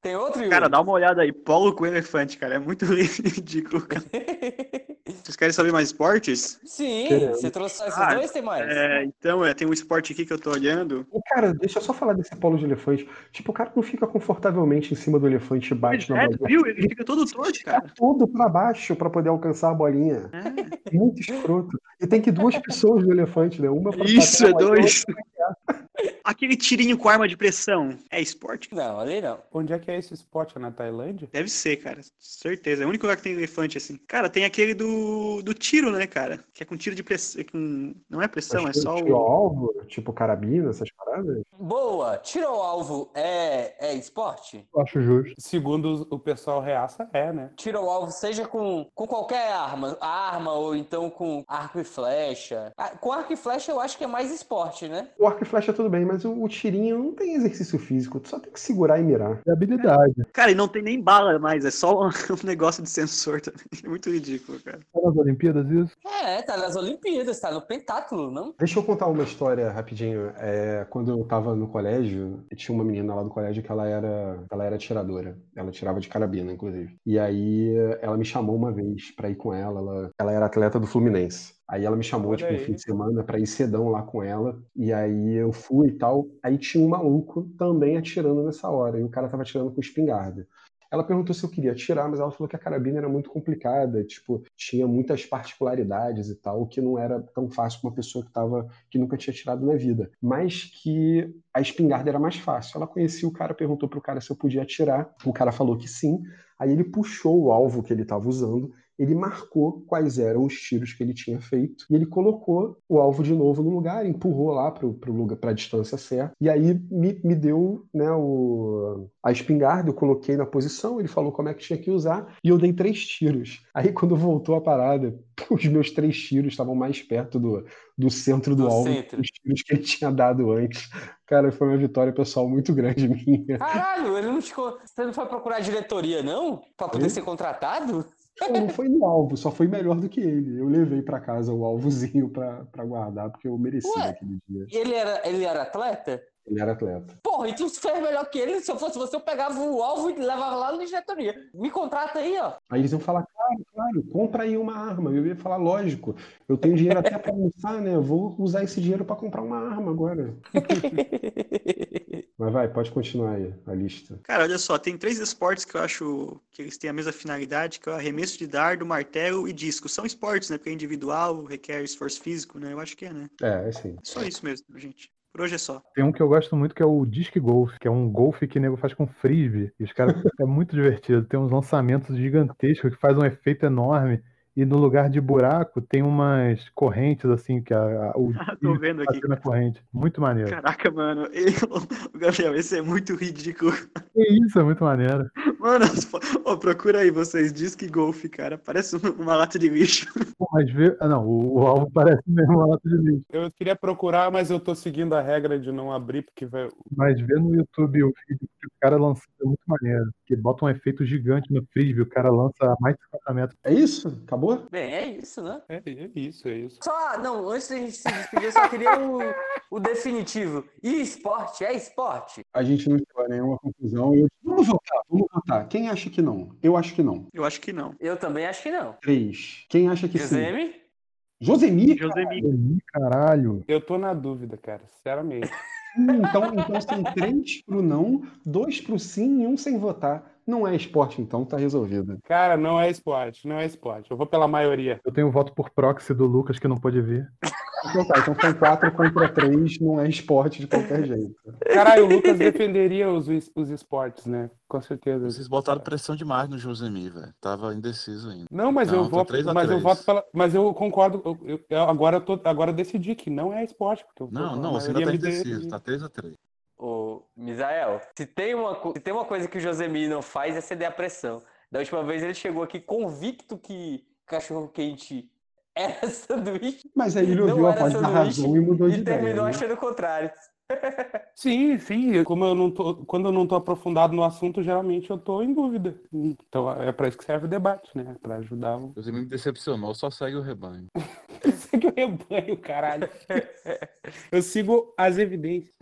Tem outro, Yuri? Cara, dá uma olhada aí, polo com elefante, cara, é muito [laughs] ridículo. [laughs] cara. Vocês querem saber mais esportes? Sim, você trouxe só esses Ah, dois, tem mais? É, então, é, tem um esporte aqui que eu tô olhando. O cara, deixa eu só falar desse polo de elefante. Tipo, o cara não fica confortavelmente em cima do elefante e bate na É, bolinha. viu? Ele fica todo torto, Fica cara. todo pra baixo pra poder alcançar a bolinha. Muito escroto. E tem é que duas pessoas no elefante, né? Uma [laughs] pra Isso, bater é na bolinha, dois. [laughs] Aquele tirinho com arma de pressão é esporte? Não, ali não. onde é que é esse esporte? É Na Tailândia? Deve ser, cara. Certeza. É o único lugar que tem elefante assim. Cara, tem aquele do, do tiro, né, cara? Que é com tiro de pressão. Com... Não é pressão, é Mas só tiro o. alvo, tipo carabina, essas paradas. Boa, tira o alvo é, é esporte? Eu acho justo. Segundo os- o pessoal reaça, é, né? Tira o alvo, seja com, com qualquer arma, arma ou então com arco e flecha. Ah, Com arco e flecha eu acho que é mais esporte, né? O um arco e flecha tudo bem, mas o, o tirinho não tem exercício físico, tu só tem que segurar e mirar. É habilidade. Cara, e não tem nem bala mais, é só [laughs] um negócio de sensor também. É muito ridículo, cara. Tá nas Olimpíadas isso? É, tá nas Olimpíadas, tá no pentáculo, não? Deixa eu contar uma história rapidinho. É, quando eu tava no colégio, tinha uma menina lá do colégio que ela era, ela era atiradora. Ela tirava de carabina, inclusive. E aí ela me chamou uma vez pra ir com ela. Ela, ela era atleta do Fluminense. Aí ela me chamou, Olha tipo, no aí. fim de semana pra ir cedão lá com ela. E aí eu fui e tal. Aí tinha um maluco também atirando nessa hora. E o cara tava atirando com espingarda. Ela perguntou se eu queria atirar, mas ela falou que a carabina era muito complicada, tipo, tinha muitas particularidades e tal, que não era tão fácil pra uma pessoa que tava, que nunca tinha tirado na vida. Mas que a espingarda era mais fácil. Ela conhecia o cara, perguntou pro cara se eu podia atirar. O cara falou que sim. Aí ele puxou o alvo que ele estava usando ele marcou quais eram os tiros que ele tinha feito e ele colocou o alvo de novo no lugar, empurrou lá para pro lugar, para a distância certa. E aí me, me deu né, o, a espingarda, eu coloquei na posição, ele falou como é que tinha que usar e eu dei três tiros. Aí quando voltou a parada, [laughs] os meus três tiros estavam mais perto do, do centro do, Do alvo centro. que os tiros que ele tinha dado antes. Cara, foi uma vitória pessoal muito grande [laughs] minha. Caralho, ele não te... co- você não foi procurar a diretoria, não? Pra poder Oi? ser contratado? Não, não foi no alvo, só foi melhor do que ele. Eu levei pra casa o alvozinho pra pra guardar, porque eu mereci Ué. naquele dia. E Ele era, ele era atleta? Ele era atleta. Porra, então você fez melhor que ele. Se eu fosse você, eu pegava o alvo e levava lá na diretoria. Me contrata aí, ó. [laughs] Aí eles iam falar, claro, claro, compra aí uma arma. Eu ia falar, lógico, eu tenho dinheiro até pra almoçar, né? Vou usar esse dinheiro pra comprar uma arma agora. Mas vai, pode continuar aí a lista. Cara, olha só, tem três esportes que eu acho que eles têm a mesma finalidade, que é o arremesso de dardo, martelo e disco. São esportes, né? Porque é individual, requer esforço físico, né? Eu acho que é, né? É, assim. É só isso mesmo, gente. Por hoje é só. Tem um que eu gosto muito que é o Disc Golf, que é um golfe que o nego faz com frisbee. E os caras [laughs] é muito divertido. Tem uns lançamentos gigantescos que faz um efeito enorme. E no lugar de buraco tem umas correntes assim que a, a- o Ah, Tô vendo aqui. bate na corrente. Muito maneiro. Caraca, mano. [laughs] Eu- O Gabriel, esse é muito ridículo. Que isso, é muito maneiro. Mano, [laughs] as fo- ó, procura aí vocês. Diz que golfe, cara. Parece um- uma lata de lixo. [laughs] Pô, mas vê. Ah, não, o, o alvo [laughs] parece mesmo uma lata de lixo. Eu queria procurar, mas eu tô seguindo a regra de não abrir, porque vai. Mas vê no YouTube o vídeo que o cara lança é muito maneiro. Que bota um efeito gigante no frisbee, o cara lança a mais de 50 metros. É isso? Acabou? Bem, é isso, né? É, é isso, é isso. Só, não, antes da gente se despedir, eu só queria o, o definitivo. E esporte, é esporte? A gente não chegou a nenhuma conclusão. Eu- Vamos votar, vamos votar. Quem acha que não? Eu acho que não. Eu acho que não. Eu também acho que não. Três. Quem acha que sim? Josemi? Josemir? Josemir. Ih, é Caralho. Eu tô na dúvida, cara, sinceramente. Hum, Então, então são três pro não, dois pro sim e um sem votar. Não é esporte, então, tá resolvido. Cara, não é esporte, não é esporte. Eu vou pela maioria. Eu tenho o voto por proxy do Lucas que não pôde vir. Então tá, então são quatro contra três, não é esporte de qualquer jeito. Caralho, o Lucas defenderia os, os esportes, né? Com certeza. Vocês botaram pressão demais no Josemir, velho. Tava indeciso ainda. Não, mas Não, eu tá vou, três a mas eu três. voto pela, mas eu concordo. eu- eu- eu- agora eu tô, agora eu decidi que não é esporte, porque eu tô Não, com a não, você ainda maioria tá me indeciso. de- Tá 3x3. Ô, Misael, se tem, uma, co- se tem uma coisa que o Josemir não faz é ceder à pressão. Da última vez ele chegou aqui convicto que cachorro quente [laughs] era sanduíche Mas aí ele Não ouviu a era voz da sanduíche razão e mudou de e ideia. terminou né? achando o contrário. Sim, sim. eu- Como eu não tô, quando eu não tô aprofundado no assunto, geralmente eu tô em dúvida. Então é pra isso que serve o debate, né? Pra ajudar o. Josemir me decepcionou, só segue o rebanho. [laughs] Segue o rebanho, [laughs] caralho. Eu sigo as evidências.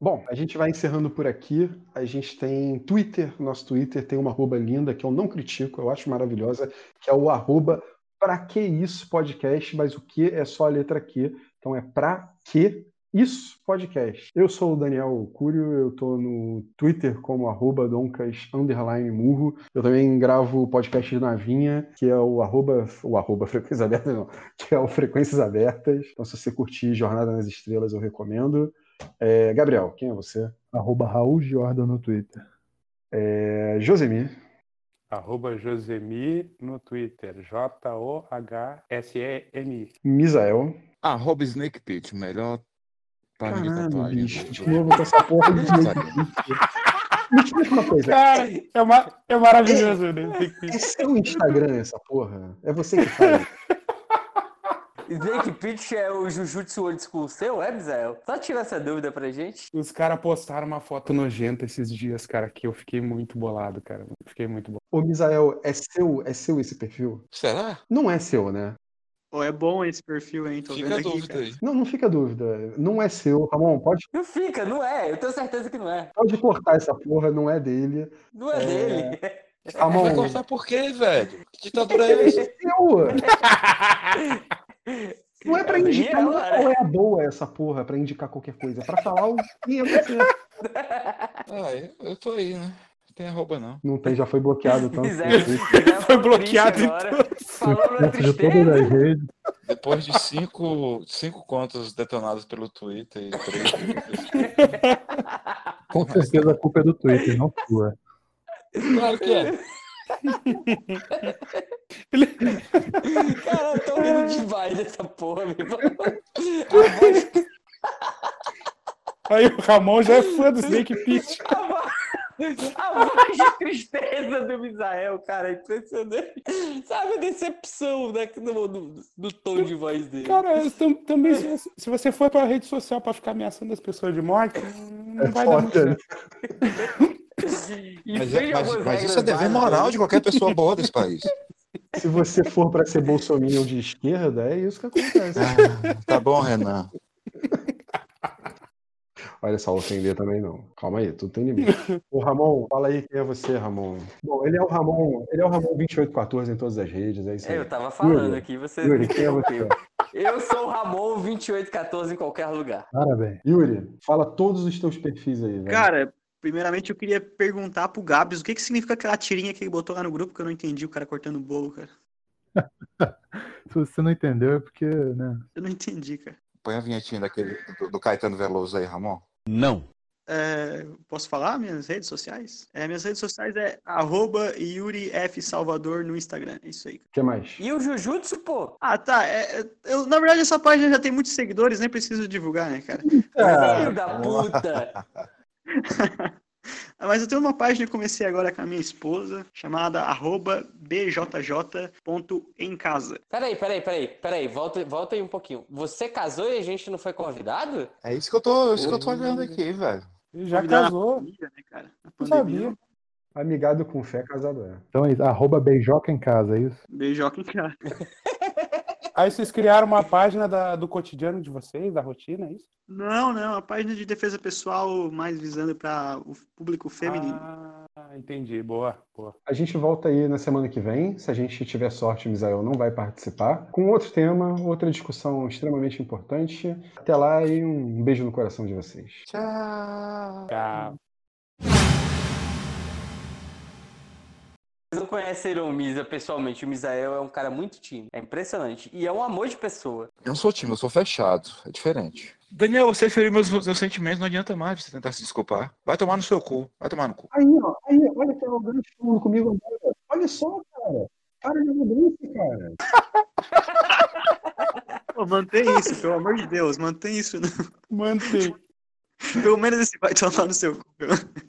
Bom, a gente vai encerrando por aqui. A gente tem Twitter, nosso Twitter tem uma arroba linda que eu não critico, eu acho maravilhosa, que é o arroba pra que isso podcast, mas o que é só a letra Q. Então é pra que isso podcast. Eu sou o Daniel Cúrio, eu tô no Twitter como arroba doncas underline murro. Eu também gravo o podcast de Navinha, que é o arroba, o arroba frequências abertas não, que é o frequências abertas. Então se você curtir Jornada nas Estrelas, eu recomendo. É, Gabriel, quem é você? Arroba Raul Jordan no Twitter. É, Josemir. Arroba Josemi no Twitter. J-O-H-S-E-M-I. Misael. Arroba Ah, Snake Pit, melhor página de Caralho, tatuagem. bicho. do- De novo com essa porra de Snake Sabe? Pit. Me explica uma coisa. Cara, é, ma- é maravilhoso, [laughs] né? Tem que- É seu Instagram essa porra? É você que faz? Snake Pitch é o Jujutsu Old School seu, é, Misael? Só tira essa dúvida pra gente. Os caras postaram uma foto nojenta esses dias, cara, que eu fiquei muito bolado, cara. Eu Fiquei muito bolado. Ô, Misael, é seu, é seu esse perfil? Será? Não é seu, né? Ó, é bom esse perfil, hein? Tô Fica vendo a aqui, dúvida cara. aí. Não, não fica dúvida. Não é seu. Ramon, pode, Não fica, não é. Eu tenho certeza que não é. pode cortar essa porra, não é dele. Não é, dele. Vai Ramon, cortar por quê, velho? Que ditadura é essa? [laughs] seu! Não é pra É bem indicar ela, não é né? qual é a boa essa porra, pra indicar qualquer coisa. É pra falar o que é você. Ah, eu, eu tô aí, né? Não tem arroba, [laughs] não. Não tem, já foi bloqueado tanto. [laughs] Misael, Misael Foi triste bloqueado em agora. todos. Falou na Dentro de todas tristeza. as redes. Depois de cinco, cinco contas detonadas pelo Twitter e [laughs] três pelo Facebook. Com certeza a culpa é do Twitter, não sua. Claro que é. Cara, eu tô rindo demais dessa porra, meu irmão. A voz, Aí o Ramon já é fã do Snake Pit. a voz- a voz de tristeza do Misael, cara, é impressionante. Sabe a decepção né, no, no- no tom de voz dele. [laughs] Cara, eu tam- também se você- se você for pra rede social pra ficar ameaçando as pessoas de morte, não vai dar muito foda, né? certo. E Mas, seja é- mas- algumas mas isso é regras dever básicas, moral né? de qualquer pessoa boa desse país. Se você for pra ser bolsominion de esquerda, é isso que acontece. Ah, tá bom, Renan. [laughs] Olha só, ofender também não. Calma aí, tudo tem limite. [laughs] Ô Ramon, fala aí quem é você, Ramon. Bom, ele é o Ramon, ele é o Ramon 2814 em todas as redes, é assim. isso É, aí. eu tava falando Yuri, aqui, você. Yuri, quem é você? Eu sou o Ramon 2814 em qualquer lugar. Parabéns. Yuri, fala todos os teus perfis aí, velho. Cara, primeiramente eu queria perguntar pro Gabs o que, que significa aquela tirinha que ele botou lá no grupo que eu não entendi, o cara cortando o bolo, cara. Se você não entendeu, é porque, né? Eu não [laughs] entendi, cara. Põe a vinhetinha daquele, do, do Caetano Veloso aí, Ramon. É, posso falar minhas redes sociais? É, minhas redes sociais é arroba YuriFSalvador no Instagram. É isso aí. O que mais? E o Jujutsu, pô? Ah, tá. é, é, eu, na verdade, essa página já tem muitos seguidores, nem preciso divulgar, né, cara? [laughs] Ah, Filho da puta! Mas eu tenho uma página que eu comecei agora com a minha esposa, chamada arroba bjj.emcasa. Peraí, peraí, peraí, peraí, volta, volta aí um pouquinho. Você casou e a gente não foi convidado? É isso que eu tô, isso que eu tô olhando aqui, velho. Ele já Cuidado. casou. Família, né, cara? Na Não pandemia, sabia. Amigado com fé, casado é. Então é isso. Arroba beijoca em casa, é isso? beijoca em casa. Aí vocês criaram uma página da- do cotidiano de vocês, da rotina, é isso? Não, não, a página de defesa pessoal mais visando para o público feminino. Ah, entendi. Boa, boa. A gente volta aí na semana que vem. Se a gente tiver sorte, o Misael não vai participar. Com outro tema, outra discussão extremamente importante. Até lá e um beijo no coração de vocês. Tchau. Tá. Vocês não conheceram o Misa pessoalmente. O Misael é um cara muito tímido. É impressionante. E é um amor de pessoa. Eu não sou tímido, eu sou fechado. É diferente. Daniel, você feriu meus, meus sentimentos, não adianta mais você tentar se desculpar. Vai tomar no seu cu. Vai tomar no cu. Aí, ó, aí, olha que arrogante falando comigo agora. Olha só, cara. Para de arrogância, cara. Pô, mantém isso, pelo amor de Deus, mantém isso. né? Mantém. [laughs] Pelo menos esse vai tomar no seu cu.